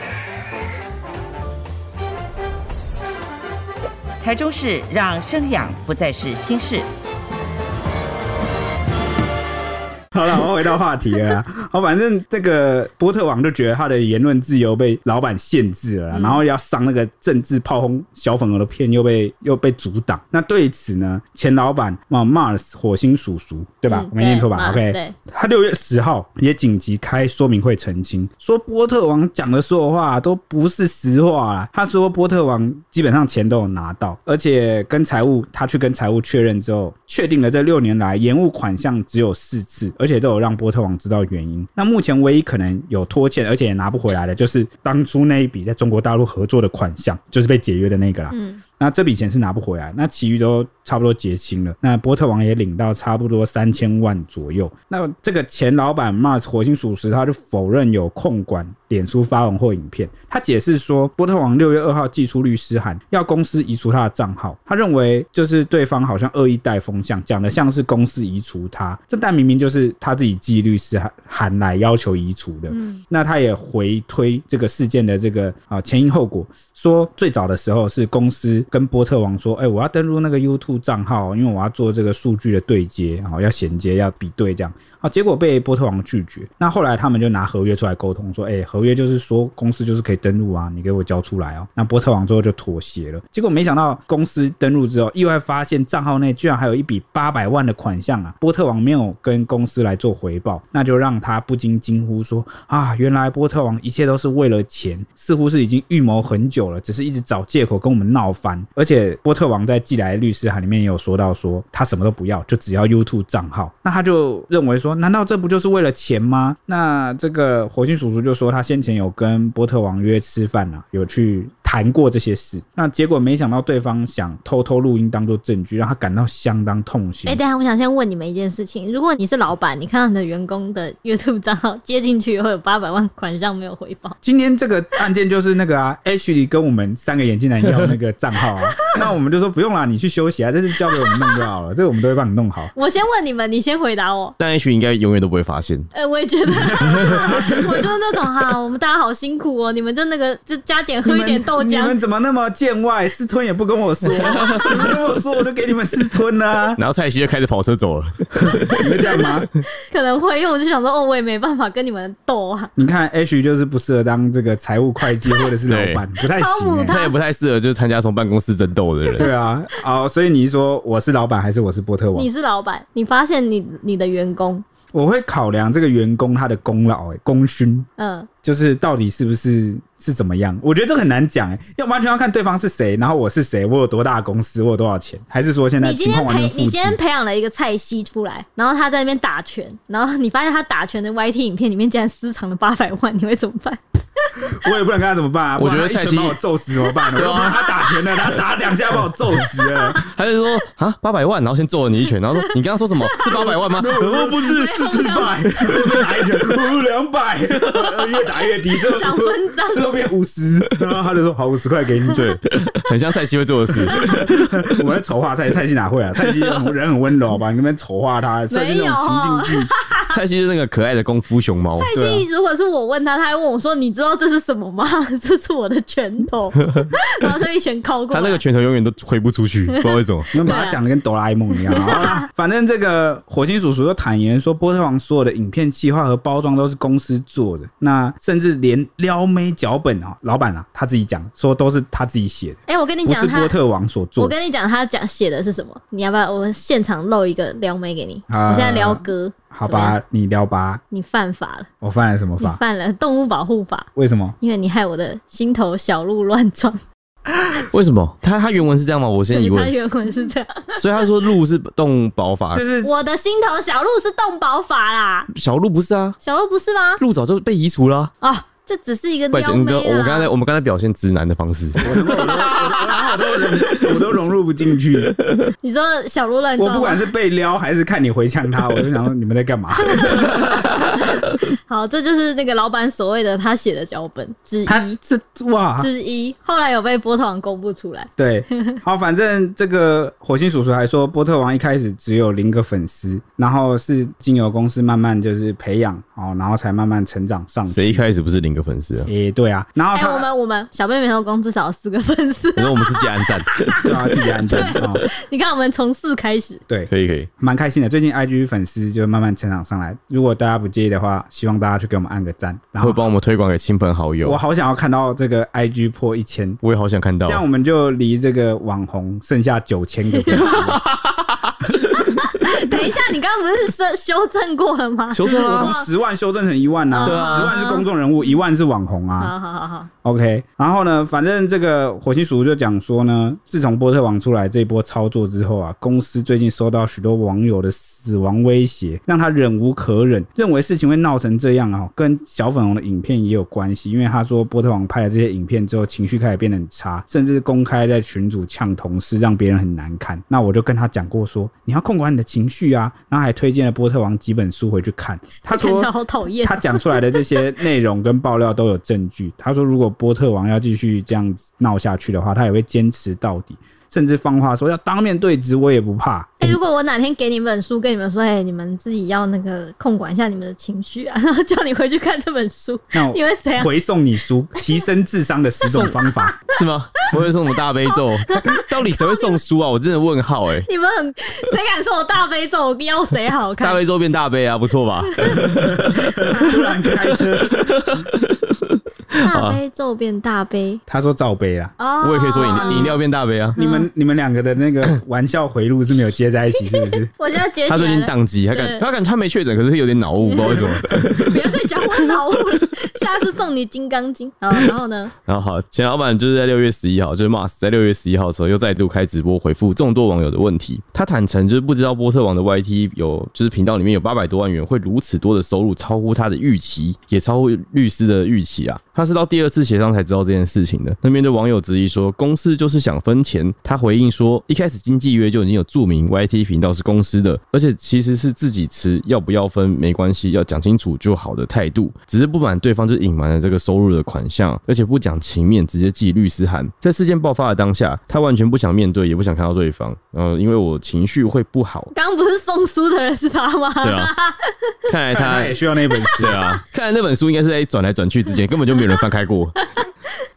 G: 台中市让生养不再是心事。
A: 好了，我回到话题 了啦。好，反正这个波特王就觉得他的言论自由被老板限制
B: 嗯
A: 了啦，然后要上那个政治炮轰小粉红的片又被又被阻挡。那对此呢，前老板啊 Mars 火星叔叔对吧？
B: 嗯
A: 我没念错吧？OK，
B: 对 Mars，对
A: 他六月十号也紧急开说明会澄清，说波特王讲的所有话都不是实话啦。他说波特王基本上钱都有拿到，而且跟财务他去跟财务确认之后，确定了这六年来延误款项只有四次，而且都有让波特王知道原因。那目前唯一可能有拖欠而且也拿不回来的，就是当初那一笔在中国大陆合作的款项，就是被解约的那个啦。
B: 嗯，
A: 那这笔钱是拿不回来，那其余都差不多结清了。那波特王也领到差不多三千万左右。那这个前老板 Mars 火星属实，他就否认有控管脸书发文或影片。他解释说，波特王六月二号寄出律师函，要公司移除他的账号。他认为就是对方好像恶意带风向，讲的像是公司移除他，这但明明就是他自己寄律师函函来要求移除的。那他也回推这个事件的这个啊前因后果，说最早的时候是公司跟波特王说，哎、我要登录那个 YouTube 账号，因为我要做这个数据的对接，然后要衔接，要比对这样。啊，结果被波特王拒绝。那后来他们就拿合约出来沟通，说，哎、合约就是说公司就是可以登录啊，你给我交出来哦。那波特王最后就妥协了。结果没想到公司登录之后，意外发现账号内居然还有一笔八百万的款项啊，波特王没有跟公司来做回报，那就让他不禁惊呼说：“啊，原来波特王一切都是为了钱，似乎是已经预谋很久了，只是一直找借口跟我们闹翻。”而且波特王在寄来的律师函里面也有说到说，他什么都不要，就只要 YouTube 账号。那他就认为说，难道这不就是为了钱吗？那这个火星叔叔就说，他先前有跟波特王约吃饭啊，有去谈过这些事。那结果没想到对方想偷偷录音当做证据，让他感到相当痛心。
B: 哎、等一下，我想先问你们一件事情：如果你是老板，你看到你的员工的 YouTube 账号接进去以后有八百万款项没有回报，
A: 今天这个案件就是那个啊，H 里跟我们三个眼镜男要那个账号啊，那我们就说不用啦，你去休息啊，这次交给我们弄就好了，这个我们都会帮你弄好。
B: 我先问你们，你先回答我。
C: 但 H 应该永远都不会发现。
B: 呃，我也觉得， 我就是那种哈，我们大家好辛苦哦，你们就那个就加减喝
A: 你
B: 一点
A: 们
B: 豆
A: 你
B: 浆
A: 们，怎么那么见外？私吞也不跟我 说，你们跟我说我就给你们私吞啊啦、
C: 然后蔡徐就开着跑车走了，
A: 你会这样吗？
B: 可能会，因为我就想说，哦，我也没办法跟你们斗啊。
A: 你看 H 就是不适合当这个财务会计或者是老板，不太
B: 超母
A: 行、欸。
C: 他也不太适合就是参加从办公室争斗的人。
A: 对啊，哦，所以你说我是老板还是我是波特王
B: 你？是老板，你发现你你的员工，
A: 我会考量这个员工他的功劳、欸，功勋。
B: 嗯，
A: 就是到底是不是是怎么样？我觉得这个很难讲、欸，要完全要看对方是谁，然后我是谁，我有多大的公司，我有多少钱，还是说现在
B: 你今
A: 情
B: 天
A: 况完
B: 培
A: 全
B: 你
A: 复制
B: 今？天培养了一个蔡西出来，然后他在那边打拳，然后你发现他打拳的 YT 影片里面竟然私藏了八百万，你会怎么办？
A: 我也不能跟他怎么办啊！
C: 我觉得
A: 不然他一
C: 蔡希啊
A: 拳把我揍死怎么办呢？我怕他打拳了，他打两下把我揍死了。
C: 他就说啊八百万，然后先揍了你一拳，然后说你刚刚说什么是八百万吗？
A: 我 不是是四百，我就打一拳，我两百，越打越低，最
B: 想
A: 后
B: 分赃
A: 最后变五十，然后他就说好五十块给你。对，
C: 很像蔡徐会做的事。
A: 我在丑化蔡蔡西哪会啊？蔡西人很温柔吧？你那边丑化他，设计那种情境剧。
C: 蔡徐是那个可爱的功夫熊猫，
A: 啊
B: 蔡西如果是我问他，他还问我说：“你知道这是什么吗？ 这是我的拳 头。”然后就一拳敲过来。
C: 他那个拳头永远都挥不出去，不知道为什么。
A: 你们把它讲的跟哆啦 A 梦一样。好 啦反正这个火星叔叔就坦言说，波特王所有的影片企划和包装都是公司做的，那甚至连撩妹脚本啊，老板啊他自己讲说都是他自己写的，
B: 哎、我跟你
A: 不
B: 讲，
A: 是
B: 他
A: 波特王所
B: 我
A: 做的。
B: 跟你讲，他讲写的是什么？你要不要我现场露一个撩妹给你？
A: 啊
B: 我现在撩哥，
A: 好
B: 怎么样，
A: 吧，你撩吧，
B: 你犯法了，
A: 我犯了什么
B: 你
A: 法？
B: 犯了动物保护法，
A: 为什么？
B: 因为你害我的心头小鹿乱撞。
C: 为什么？他他原文是这样吗？我先疑
B: 他
C: 问。
B: 原文是 这样，
C: 所以他说鹿是动保法
A: 就，是
B: 我的心头小鹿是动保法啦，
C: 小鹿不是啊，
B: 小鹿不是吗？
C: 鹿早就被移除了啊。
B: 啊，这只是一个
C: 不好意
B: 撩
C: 思，
B: 妹啊
C: 你知
A: 啊
C: 道我刚才
B: 啦。
C: 我们刚才表现直男的 方式，
A: 我都融入不进去，
B: 你说小鹿乱
A: 我
B: 撞吗，
A: 不管是被撩还是看你回呛他，我就想说你们在干 嘛？
B: 好，这就是那个老板所谓的他写的脚本之
A: 他
B: 一
A: 这哇，
B: 之一，后来有被波特王公布出来。
A: 对， 好，反正这个火星叔叔还说，波特王一开始只有零个粉丝，然后是经由公司慢慢就是培养哦，然后才慢慢成长上去。
C: 谁一开始不是零个粉丝啊？
A: 诶、对啊，然后
B: 哎、
A: 他、
B: 我们我们小贝没收工至少有四个粉丝，
C: 然后我们是加安 赞，
A: 对啊自己安全哦，
B: 你看我们从四开始，
A: 对，
C: 可以可以。
A: 蛮开心的。最近 IG 粉丝就慢慢成长上来，如果大家不介意的话，希望大家去给我们按个赞，然
C: 会
A: 后
C: 帮我们推广给哦亲朋好友
A: 我。好想要看到这个 IG 破一千。
C: 我也好想看到啊
A: 这，样我们就离这个网红剩下九千个 粉丝，
B: 等一下，你刚刚不是修修正过了吗？
C: 修
A: 就是
C: 正
A: 我从
C: 啊！
A: 十万修正成一万呐、
B: 对啊
A: 十万是公众人物，一万是网红啊。
B: 好好好好，
A: OK，然后呢，反正这个火星叔叔就讲说呢，自从波特王出来这一波操作之后啊，公司最近收到许多网友的死亡威胁，让他忍无可忍，认为事情会闹成这样啊，跟小粉红的影片也有关系，因为他说波特王拍了这些影片之后，情绪开始变得很差，甚至公开在群组呛同事，让别人很难堪。那我就跟他讲过说，你要控管你的情绪啊，然后还推荐了波特王几本书回去看。他
B: 这个
A: 说
B: 人好讨厌
A: 他讲出来的这些内容跟爆料都有证据。他说，如果波特王要继续这样子闹下去的话，他也会坚持到底，甚至放话说要当面对质，我也不 怕。
B: 哎、如果我哪天给你们本书，跟你们说，哎、你们自己要那个控管一下你们的情绪啊，然 后叫你回去看这本书，
A: 那我
B: 你会怎样？
A: 回送你书，提升智商的十种方法。
C: 是吗？我会送什么大悲 咒？到底谁会送书啊？我真的问号哎！
B: 你们很谁敢说我大悲咒？我要谁好
C: 大
B: 看？
C: 悲
A: 啊
C: 咒变大悲啊，不错吧？
A: 突然开车，
B: 大杯咒变大杯
A: 他说罩杯啦。
B: 哦，
C: 我也可以说饮饮。料变大杯
B: 嗯
C: 啊。
A: 你们你们两个的那个玩笑回路是没有接在一起，是不 是？
B: 我现在接起
C: 他最
B: 来
C: 近
B: 了，
C: 宕机，他感
B: 对
C: 他感他没确诊，可是有点脑雾，不知道为什么。
B: 不要再讲我脑雾了，下次送你《金刚经》。好，然后呢？。
C: 然后好，钱老板就是在六月十一号，就是 Mars 在六月十一号的时候又再度开直播回复众多网友的问题。他坦诚就是不知道波特网的 YT 有就是频道里面有八百多万元会如此多的收入，超乎他的预期，也超乎律师的预期啊。他是到第二次协商才知道这件事情的。那面对网友质疑说公司就是想分钱，他回应说一开始经纪约就已经有注明 YT 频道是公司的，而且其实是自己持要不要分没关系，要讲清楚就好的态度，只是不满对方就隐瞒了这个收入的款项，而且不讲情面，直接寄律师函。在事件爆发的当下，他完全不想面对，也不想看到对方，呃，因为我情绪会不好
B: 刚刚不是送书的人是他吗？
C: 对啊， 看 来
A: 看来
C: 哎他
A: 他也需要那本书。
C: 对啊，看来那本书应该是在转来转去之间，根本就没有人翻开过。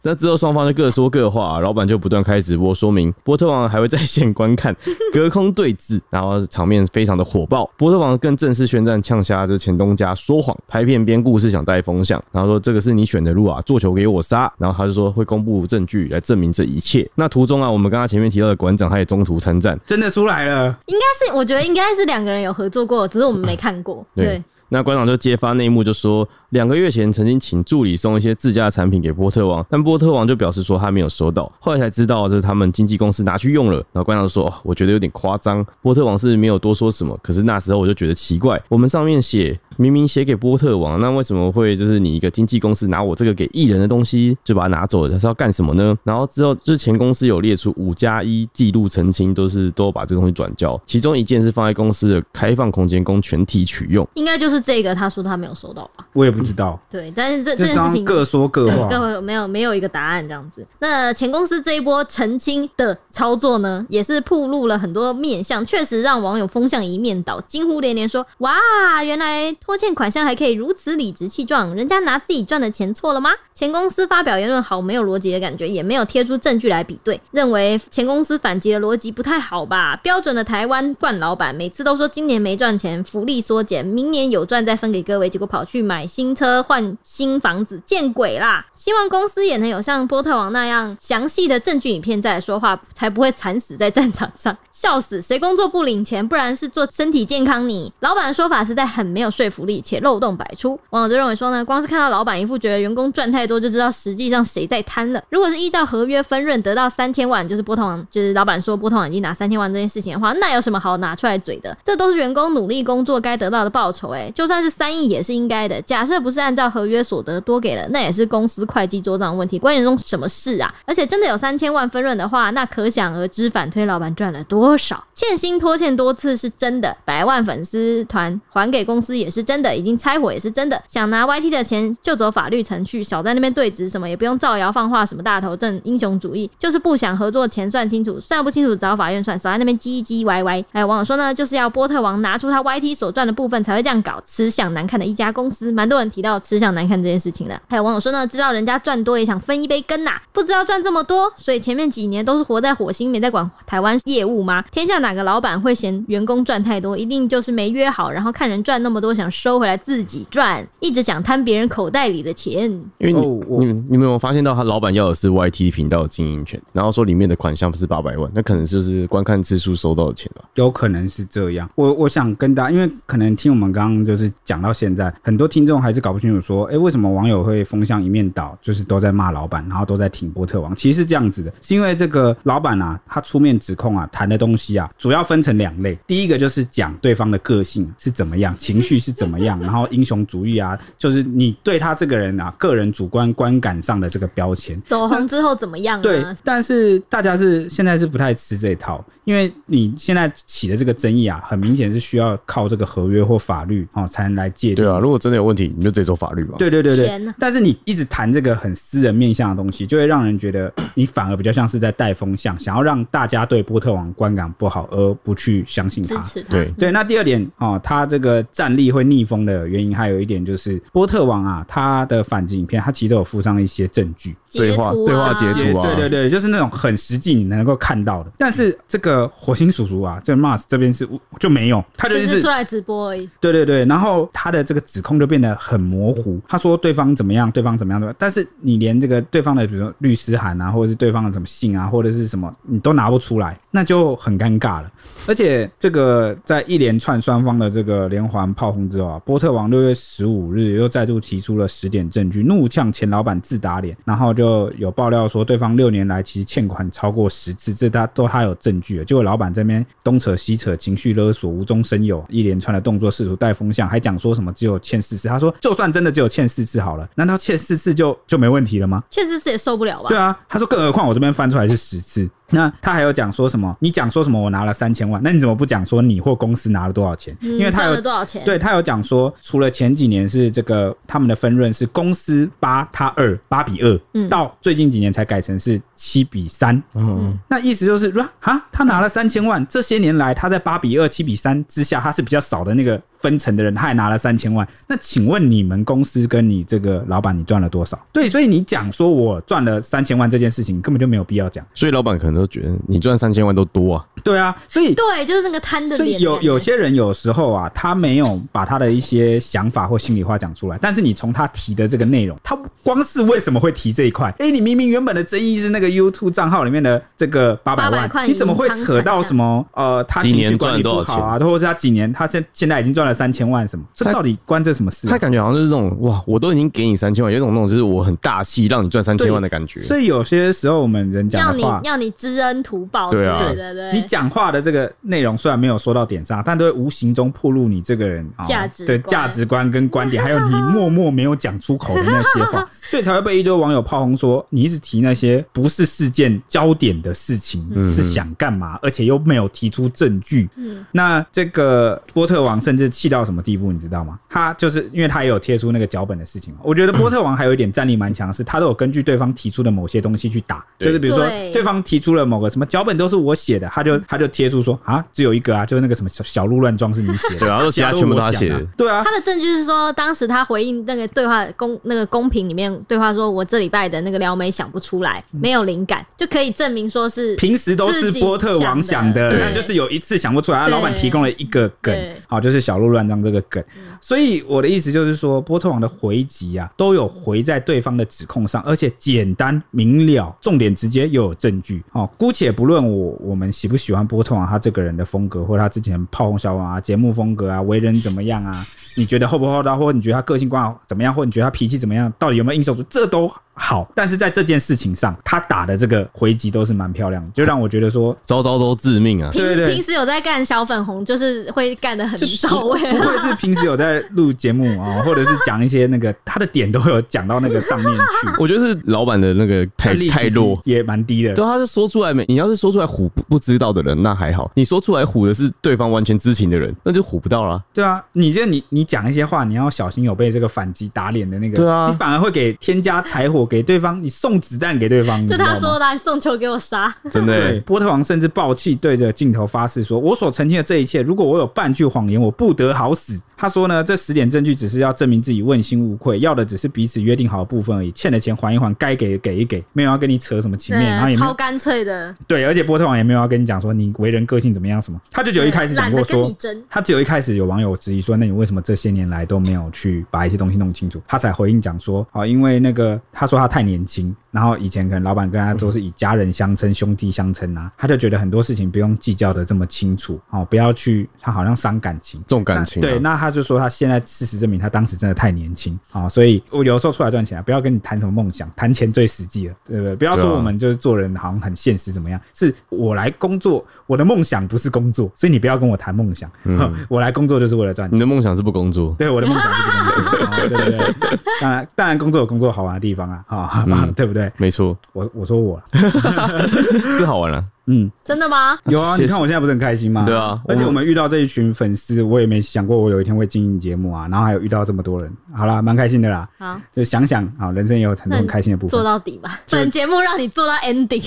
C: 那之后双方就各说各话，老板就不断开直播说明，波特王还会在线观看，隔空对峙，然后场面非常的火爆。波特王更正式宣战呛虾，就是前东家说谎，拍片编故事想带风向，然后说这个是你选的路啊，做球给我杀，然后他就说会公布证据来证明这一切。那途中啊，我们刚刚前面提到的馆长他也中途参战，
A: 真的出来了，
B: 应该是，我觉得应该是两个人有合作过，只是我们没看过。对
C: 对，那馆长就揭发内幕，就说两个月前曾经请助理送一些自家的产品给波特王，但波特王就表示说他没有收到，后来才知道这是他们经纪公司拿去用了。然后馆长就说、哦我觉得有点夸张，波特王是没有多说什么，可是那时候我就觉得奇怪，我们上面写明明写给波特王，那为什么会就是你一个经纪公司拿我这个给艺人的东西就把它拿走了，他是要干什么呢？然后之后就是前公司有列出五加一记录澄清，都是都把这东西转交，其中一件是放在公司的开放空间供全体取用。
B: 应该就是这个，他说他没有收到吧？
A: 我也不知道，
B: 对，但是这
A: 就这
B: 这件事
A: 样
B: 情
A: 各说各
B: 对，
A: 话。
B: 根本没有没有一个答案这样子。那呃前公司这一波澄清的操作呢，也是暴露了很多面相，确实让网友风向一面倒，惊呼连连说：“哇，原来拖欠款项还可以如此理直气壮，人家拿自己赚的钱错了吗？”前公司发表言论好没有逻辑的感觉，也没有贴出证据来比对，认为前公司反击的逻辑不太好吧？标准的台湾惯老板，每次都说今年没赚钱，福利缩减，明年有赚再分给各位，结果跑去买新车、换新房子，见鬼啦！希望公司也能有像波特王那样详细的证据影片再来说话，才不会惨死在战场上。笑死，谁工作不领钱，不然是做身体健康你。老板的说法实在很没有说服力，且漏洞百出。网友就认为说呢，光是看到老板一副觉得员工赚太多，就知道实际上谁在贪了。如果是依照合约分润得到三千万，就是波特王，就是老板说波特王已经拿三千万这件事情的话，那有什么好拿出来嘴的？这都是员工努力工作该得到的报酬、欸，就算是三亿也是应该的。假设不是按照合约所得多给了，那也是公司会计桌账的问题，关你中什么事啊？而且真的有三千万分润的话，那可想而知反推老板赚了多少，欠薪拖欠多次是真的，百万粉丝团还给公司也是真的，已经拆伙也是真的，想拿 YT 的钱就走法律程序，少在那边对质什么，也不用造谣放话什么大头症英雄主义，就是不想合作钱算清楚，算不清楚找法院算，少在那边唧唧歪歪。还有网友说呢，就是要波特王拿出他 YT 所赚的部分才会这样搞，吃相难看的一家公司，蛮多人提到吃相难看这件事情的。还有网友说呢，知道人家赚多也想分一杯羹呐、不知道赚这么多，所以前面几年都是活在火星，没在管台湾业务吗？天下哪个老板会嫌员工赚太多？一定就是没约好，然后看人赚那么多，想收回来自己赚，一直想贪别人口袋里的钱。
C: 因为你、
A: 哦我
C: 你们你们有没有发现到他老板要的是 YT 频道的经营权，然后说里面的款项不是八百万，那可能就是观看次数收到的钱吧。
A: 有可能是这样。我我想跟大家，因为可能听我们刚刚就是讲到现在，很多听众还是搞不清楚说，哎、为什么网友会风向一面倒，就是都在骂老板，然后都在挺波特王？其实是这样子的，是因为这个老板啊，他出面指控啊，谈的东西啊，主要分成两类。第一个就是讲对方的个性是怎么样，情绪是怎么样，然后英雄主义啊，就是你对他这个人啊，个人主观观感上的这个标签。
B: 走红之后怎么样
A: 对
B: 啊？，
A: 但是大家是现在是不太吃这一套，因为你现在起的这个争议啊，很明显是需要靠这个合约或法律哦才能来界定
C: 对。啊，如果真的有问题，你就直接走法律吧。
A: 对对对
B: 钱
A: 对
B: 呢，
A: 但是你一直谈这个很私人面向的东西，就会让人觉得你反而比较像是在带风向，想要让大家对波特王观感不好，而不去相信
B: 支
A: 他。
B: 持他。
C: 对
A: 对，那第二点哦，他这个战力会逆风的原因，还有一点就是波特王啊，他的反击影片，他其实都有附上一些证据，
B: 截
C: 对话
B: 图啊
C: 对话截图啊
A: 对对对，就是那种很实际你能够看到的。但是这个火星叔叔啊，这 Mars 这边是就没有，他就
B: 就是
A: 是
B: 出来直播而已。
A: 对对对，然后他的这个指控就变得很模糊。他说对方怎么样，对方怎么样的，但是你连这个对方的，比如说律师函啊，或者是对方的什么信啊，或者是什么，你都拿不出来，那就很尴尬了。而且这个在一连串双方的这个连环炮轰之后啊，波特王六月十五日又再度提出了十点证据，怒呛前老板自打脸，然后就有爆料说对方六年来其实欠款超过十次，这他都他有证据了。结果老板这边东扯西扯，情绪勒索，无中生有，一连串的动作试图带风向，还讲说什么只有欠四次。他说就算真的只有欠四次好了，难道欠四次就就没问题了吗？
B: 确实是也受不了吧
A: 对？啊，他说更何况我这边翻出来是十次。那他还有讲说什么？你讲说什么？我拿了三千万，那你怎么不讲说你或公司拿了多少钱？
B: 嗯
A: 因为他
B: 赚
A: 有
B: 了多少钱？
A: 对他有讲说，除了前几年是这个他们的分润是公司八他二八比二、
B: 嗯
A: 到最近几年才改成是七比三。
C: 嗯，
A: 那意思就是说，哈，他拿了三千万，这些年来他在八比二、七比三之下，他是比较少的那个分成的人，他也拿了三千万。那请问你们公司跟你这个老板，你赚了多少？对，所以你讲说我赚了三千万这件事情，根本就没有必要讲。
C: 所以老板可能都觉得你赚三千万都多啊，
A: 对啊，所以
B: 对，就是那个贪的
A: 所
B: 脸
A: 以
B: 的
A: 有
B: 感觉。
A: 有些人有时候啊，他没有把他的一些想法或心里话讲出来，但是你从他提的这个内容，他光是为什么会提这一块？哎、你明明原本的争议是那个 YouTube 账号里面的这个八百
B: 800
A: 万
B: 块，
A: 你怎么会扯到什么呃，他情绪管理不
C: 几
A: 好
C: 年
A: 啊，
C: 赚
A: 或者是他几年他现现在已经赚了三千万什么？这
C: 他
A: 到底关这什么事啊、
C: 他感觉好像就是这种哇，我都已经给你三千万，有一种那种就是我很大气让你赚三千万的感觉。
A: 所以有些时候我们人
B: 要
A: 讲的
B: 你
A: 话。
B: 要你知恩图报，
C: 对啊
B: 对对对，
A: 你讲话的这个内容虽然没有说到点上，但都会无形中暴露你这个人啊
B: 价值
A: 的
B: 观
A: 价值观跟观 点，还有你默默没有讲出口的那些话，所以才会被一堆网友炮轰说你一直提那些不是事件焦点的事情，
C: 嗯
A: 是想干嘛？而且又没有提出证据。
B: 嗯
A: 那这个波特王甚至气到什么地步，你知道吗？他就是因为他也有贴出那个脚本的事情嘛。我觉得波特王还有一点战力蛮强的是，他都有根据对方提出的某些东西去打，
C: 对
A: 就是比如说
B: 对
A: 对方提出了某个什么脚本都是我写的，他就他就贴出说啊，只有一个啊，就是那个什么小小鹿乱撞是你写的，
C: 对啊他说其他全部都他
A: 其都我
C: 写
A: 想
C: 的
A: 的，对啊
B: 他。的证据是说，当时他回应那个对话公那个公屏里面对话说，我这礼拜的那个撩妹想不出来，没有灵感，就可以证明说是
A: 嗯平时都是波特王想的，
B: 自己
A: 那
B: 想
A: 就是有一次想不出来，啊老板提供了一个梗
B: 对，
A: 好，就是小鹿乱撞这个梗。所以我的意思就是说，波特王的回击啊，都有回在对方的指控上，而且简单明了，重点直接又有证据。哦，姑且不论我我们喜不喜欢波特王他这个人的风格，或者他之前炮轰小王啊、节目风格啊、为人怎么样啊，你觉得厚不厚道，或者你觉得他个性观好怎么样，或者你觉得他脾气怎么样，到底有没有应手术，这都好。但是在这件事情上，他打的这个回击都是蛮漂亮的，就让我觉得说，
C: 招招都致命啊！
B: 平
A: 对对
B: 平时有在干小粉红，就是会干的很欸
A: 就是
B: 到位。啊
A: 不愧是平时有在录节目啊、或者是讲一些那个他的点都有讲到那个上面去，
C: 我觉得是老板的那个太
A: 战力
C: 太
A: 其实
C: 弱。
A: 也蛮低的
C: 对，。啊他是说出来没？你要是说出来唬不不知道的人，那还好；你说出来唬的是对方完全知情的人，那就唬不到啦。
A: 对啊，你觉得你你讲一些话，你要小心有被这个反击打脸的那个，
C: 对啊
A: 你反而会给添加柴火给对方，你送子弹给对方，你
B: 就
A: 知道
B: 他
A: 吗
B: 说来送球给我杀，
C: 真的、
A: 对，
C: 欸。
A: 波特王甚至暴气对着镜头发誓说：“我所澄清的这一切，如果我有半句谎言，我不得好死。”他说呢，这十点证据只是要证明自己问心无愧，要的只是彼此约定好的部分而已，欠的钱还一还，该给的给一给，没有要跟你扯什么情
B: 对
A: 面，然后
B: 啊，
A: 也没
B: 超
A: 有
B: 干脆的，
A: 对，而且波特王也没有要跟你讲说你为人个性怎么样什么，他就只有一开始讲
B: 懒
A: 过
B: 得跟
A: 说
B: 你。争。
A: 他只有一开始有网友质疑说，那你为什么这些年来都没有去把一些东西弄清楚？他才回应讲说，啊，因为那个他说他太年轻，然后以前可能老板跟他都是以家人相称、兄弟相称啊，他就觉得很多事情不用计较的这么清楚，哦，不要去，他好像伤感情。
C: 重感情、啊，
A: 对，那他就说他现在事实证明他当时真的太年轻啊、所以我有时候出来赚钱啊，不要跟你谈什么梦想，谈钱最实际了，对不对？不要
C: 对
A: 说
C: 啊
A: 我们就是做人好像很现实怎么样，是我来工作，我的梦想不是工作，所以你不要跟我谈梦想，
C: 嗯
A: 哼我来工作就是为了赚
C: 你
A: 钱。
C: 的梦想是不工作，
A: 对我的梦想就是工作，啊对不 对？当然，当然工作有工作好玩的地方啊，啊、
C: 嗯
A: 对不对？
C: 没错，
A: 我我说 我啦，
C: 是好玩啊。
A: 嗯，
B: 真的吗？
A: 有啊，
C: 谢谢
A: 你看我现在不是很开心吗？
C: 对啊
A: 而且我们遇到这一群粉丝，我也没想过我有一天会经营节目啊，然后还有遇到这么多人，好啦，蛮开心的啦。
B: 好，
A: 就想想啊，人生也有很多很开心的部
B: 做
A: 分。
B: 到底吧。本节目让你做到 ending，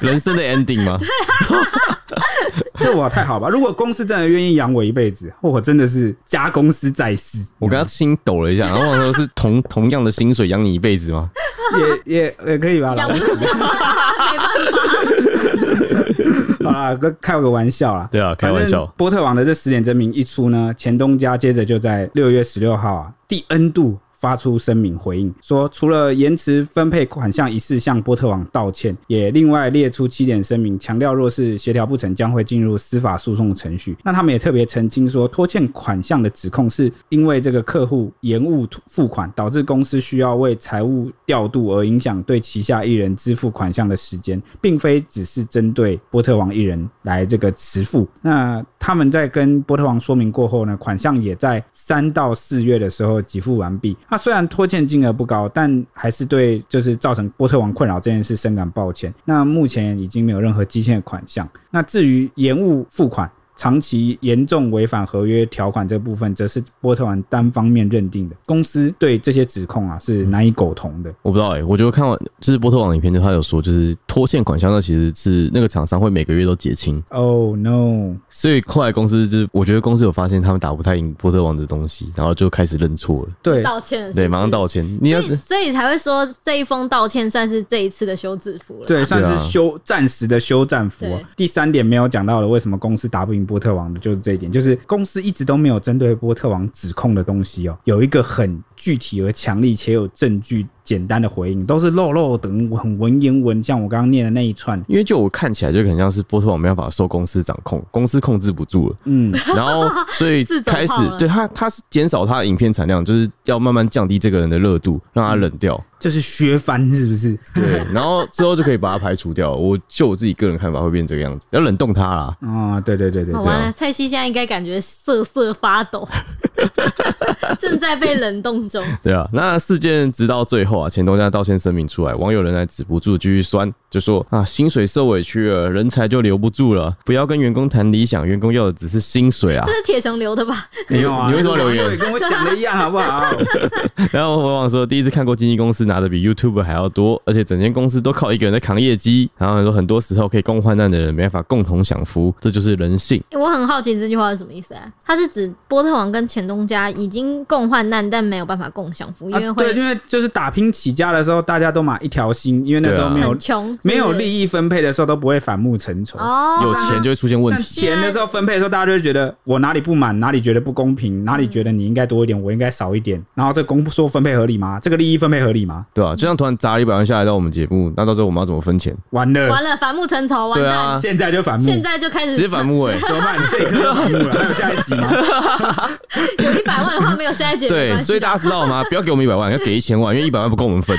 C: 人生的 ending 吗？
A: 对我太好吧？如果公司真的愿意养我一辈子，我真的是加公司在世。
C: 我刚刚心抖了一下，然后我说是同同样的薪水养你一辈子吗？
A: 也也也可以吧？
B: 养
A: 老
B: 不死，没办法。
A: 好啦，啊跟开个玩笑啦。
C: 对啊开玩笑
A: 反正波特王的这十点真名一出呢，钱东家接着就在六月十六号啊，第 N 度。发出声明回应说，除了延迟分配款项一事向波特王道歉，也另外列出七点声明，强调若是协调不成，将会进入司法诉讼程序。那他们也特别澄清说，拖欠款项的指控是因为这个客户延误付款，导致公司需要为财务调度而影响对旗下艺人支付款项的时间，并非只是针对波特王艺人来这个迟付。那他们在跟波特王说明过后呢，款项也在三到四月的时候给付完毕。那虽然拖欠金额不高，但还是对就是造成波特王困扰这件事深感抱歉。那目前已经没有任何积欠的款项。那至于延误付款。长期严重违反合约条款这部分，则是波特王单方面认定的。公司对这些指控啊是难以苟同的。
C: 我不知道哎、我就看完就是波特网的影片，就他有说，就是拖欠款项那其实是那个厂商会每个月都结清，
A: Oh no！
C: 所以后来公司就是我觉得公司有发现他们打不太赢波特网的东西，然后就开始认错了，
A: 对，
B: 道歉了是不
C: 对，
B: 是
C: 马上道歉。你要
B: 所以所以才会说这一封道歉算是这一次的休止符了。
A: 对，算
C: 对啊
A: 是休暂时的休战服啊、
B: 对
A: 第三点没有讲到的，为什么公司打不赢波特王的，就是这一点，就是公司一直都没有针对波特王指控的东西哦，有一个很具体而强力且有证据简单的回应，都是肉肉等很文言文，像我刚刚念的那一串，
C: 因为就我看起来就很像是波特网没办法受公司掌控，公司控制不住了，
A: 嗯，
C: 然后所以
B: 自走
C: 开始
B: 炮了
C: 对他他是减少他的影片产量，就是要慢慢降低这个人的热度，让他冷掉。
A: 就是削藩是不是？
B: 嗯
C: 对，然后之后就可以把他排除掉。我就我自己个人看法会变这个样子，要冷冻他啦。
A: 啊、对对对对
B: 好
A: 对，
B: 完了，蔡西现在应该感觉瑟瑟发抖， 正在被冷冻中。
C: 对啊，那事件直到最后啊，钱东家道歉声明出来，网友仍然止不住继续酸，就说啊，薪水受委屈了，人才就留不住了，不要跟员工谈理想，员工要的只是薪水啊
B: 这。是铁熊留的吧？
A: 没有啊，
C: 你为什么留言
A: 对，跟我想的一样，好啊 不好？
C: 然后我网说，第一次看过经纪公司拿的比 YouTube 还要多，而且整间公司都靠一个人在扛业绩。然后说很多时候可以共患难的人没办法共同享福，这就是人性。
B: 我很好奇这句话是什么意思啊？它是指波特王跟钱东家已经共患难，但没有办法共享福，因为
A: 啊对，
B: 会
A: 因为就是打拼起家的时候，大家都嘛一条心，因为那时候
C: 对啊
A: 没有、
B: 很穷，
A: 没有
B: 益
A: 利益分配的时候，都不会反目成仇。
B: 哦。
C: 有钱就会出现问
A: 但
C: 题。
A: 钱的时候分配的时候，大家就会觉得我哪里不满，哪里觉得不公平，哪里觉得你应该多一点，我应该少一点。然后这个工作分配合理吗？这个利益分配合理吗？
C: 对啊，就像突然砸了一百万下来到我们节目，那到最后我们要怎么分钱？
A: 完了，
B: 完了，反目成仇，完
C: 对
B: 蛋，
C: 啊
A: 现在就反目，
B: 现在就开始
C: 直接反目哎、
A: 怎么办？这一刻就反目了，还有下一集吗？
B: 有一百万的话没有下一节，没
C: 对，
B: 关系
C: 所以大家知道吗？不要给我们一百万，要给一千万，因为一百万不够我们分。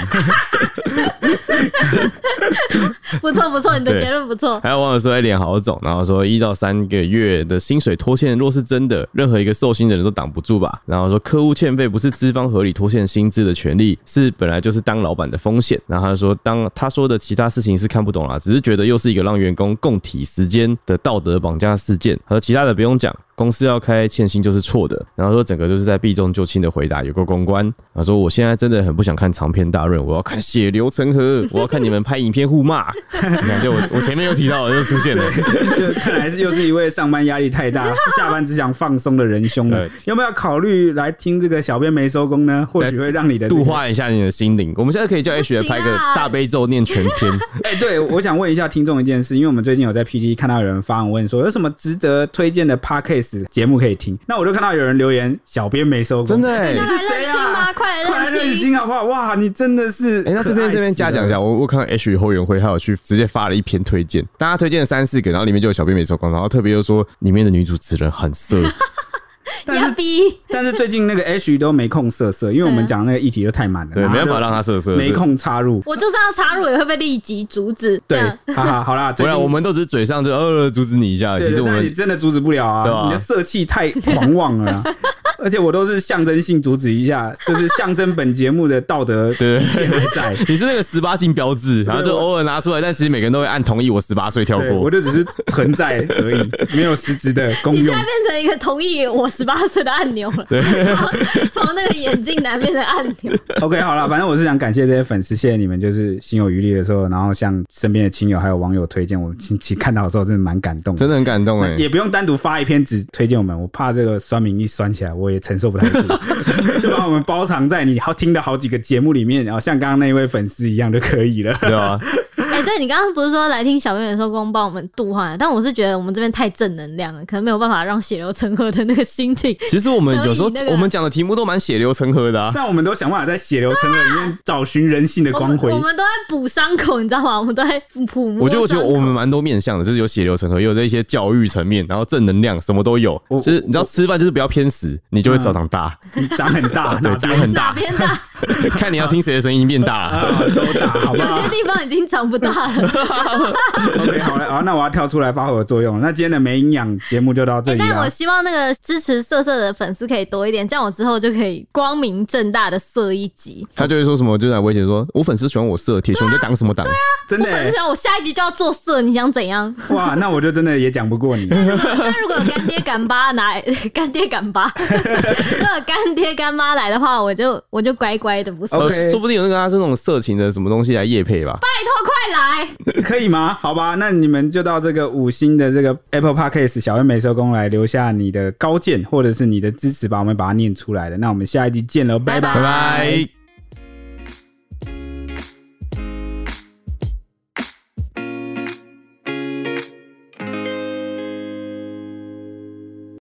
B: 不错不错，你的
C: 对
B: 结论不错。
C: 还有网友说，哎，脸好肿，然后说一到三个月的薪水拖欠，若是真的，任何一个受薪的人都挡不住吧。然后说，客户欠费不是资方合理拖欠薪资的权利，是本来就是当老板的风险。然后他说，当他说的其他事情是看不懂啦，只是觉得又是一个让员工共体时间的道德绑架事件。和其他的不用讲。公司要开欠薪就是错的，然后说整个就是在避重就轻的回答，有够公关。然后说我现在真的很不想看长篇大论，我要看血流成河，我要看你们拍影片互骂。 你看，就我我前面又提到了，又出现了，
A: 就看来是又是一位上班压力太 大，下班只想放松的仁兄了
C: 对。
A: 要不要考虑来听这个小编没收工呢？或许会让你的这个
C: 度。化一下你的心灵。我们现在可以叫 H 来拍个
B: 啊
C: 大悲咒念全 篇，
A: 哎、对，我想问一下听众一件事，因为我们最近有在 PT 看到有人发文问说有什么值得推荐的 podcast 节目可以听，那我就看到有人留言，小编没收工，
C: 真的、 欸。
A: 你
C: 哎、
A: 是谁
B: 快来认亲
A: 啊？
B: 吧快来认亲
A: 认亲好不好？啊哇，你真的是可爱死了，
C: 哎那这边这边嘉奖一下，我我看到 H 后援会还有去直接发了一篇推荐，大家推荐了三四个，然后里面就有小编没收工，然后特别又说里面的女主持人很色，
A: 但
B: 要
A: 是
B: 逼
A: 但是最近那个 H 都没空色色，因为我们讲那个议题都太满了，
C: 对，
A: 然
C: 没
A: 后
C: 办
A: 就
C: 法让她色色，
A: 没空插入。
B: 我就算要插入也会被立即阻止。
A: 对
B: 这样，
A: 哈哈，好啦，
C: 不
A: 最
C: 然
A: 近
C: 我们都只是嘴上就呃阻止你一下，
A: 对，
C: 其实我
A: 但你
C: 们
A: 真的阻止不了啊，
C: 对啊
A: 你的色气太狂妄了 啊、而且我都是象征性阻止一下，就是象征本节目的道德底
C: 对
A: 线还在。
C: 你是那个十八禁标志，然后就
A: 我
C: 偶尔拿出来，但其实每个人都会按同意我十八岁跳
A: 对，
C: 过
A: 我。就只是存在而已，没有实质的功
B: 你现
A: 用
B: 在。变成一个同意我十八岁的按钮了， 从从那个眼镜男变成按 钮。
A: OK，好了，反正我是想感谢这些粉丝，谢谢你们，就是心有余力的时候，然后向身边的亲友还有网友推荐，我亲戚看到的时候真的蛮感动
C: 真
A: 的。
C: 的很感动哎、
A: 也不用单独发一篇只推荐我们，我怕这个酸民一酸起来，我也 承受不太住，就把我们包藏在你好听的好几个节目里面，然后像刚刚那一位粉丝一样就可以了。
C: 对吧、啊
B: 哎、哎，对你刚刚不是说来听小圆的时候光帮我们度化，但我是觉得我们这边太正能量了，可能没有办法让血流成河的那个心情。
C: 其实我们有时候
B: 可以那个
C: 我们讲的题目都蛮血流成河的啊。
A: 但我们都想办法在血流成河里面找寻人性的
B: 我
A: 光
B: 们
A: 辉
B: 我。们都在补伤口，你知道吗？我们都在抚
A: 嗯
B: 摸。
C: 我觉得，我觉得我们蛮多面向的，就是有血流成河，也有在一些教育层面，然后正能量什么都有。
A: 我
C: 就是你知道吃饭就是不要偏食，你就会长长大，
A: 你 长很大，
C: 对
A: 脑
C: 这
A: 袋
C: 个很
B: 哪
C: 大，
B: 边大？
C: 看你要听谁的声音变大了。
A: 啊都 大，好不
B: 有
A: 好
B: 些地方已经长不大了。
A: ？OK，好了，好，那我要跳出来发挥我的作用了。那今天的没营养节目就到这
B: 哎、
A: 里啊
B: 但
A: 了
B: 我。希望那个支持色色的粉丝可以多一点，这样我之后就可以光明正大的色一集。
C: 他就会说什么，就是来威胁说，我粉丝喜欢我色，铁熊你在挡什么挡？
A: 真
B: 我
A: 的
B: 粉
A: 欸
B: 丝想我下一集就要做色，你想 怎样？
A: 哇，那我就真的也讲不过你。
B: 但如果有干爹干妈来，干爹干 爸，如果有干爹干妈来的话，我就我就乖乖的，不是
A: OK
C: 呃说不定有那个他是那种色情的什么东西来夜配吧。
B: 拜托快来，
A: 可以吗？好吧，那你们就到这个五星的这个 Apple Podcast 小恩没收工来留下你的高见或者是你的支持吧，我们把它念出来了。那我们下一集见喽，拜
B: 拜
A: 拜
B: 拜
C: 拜拜。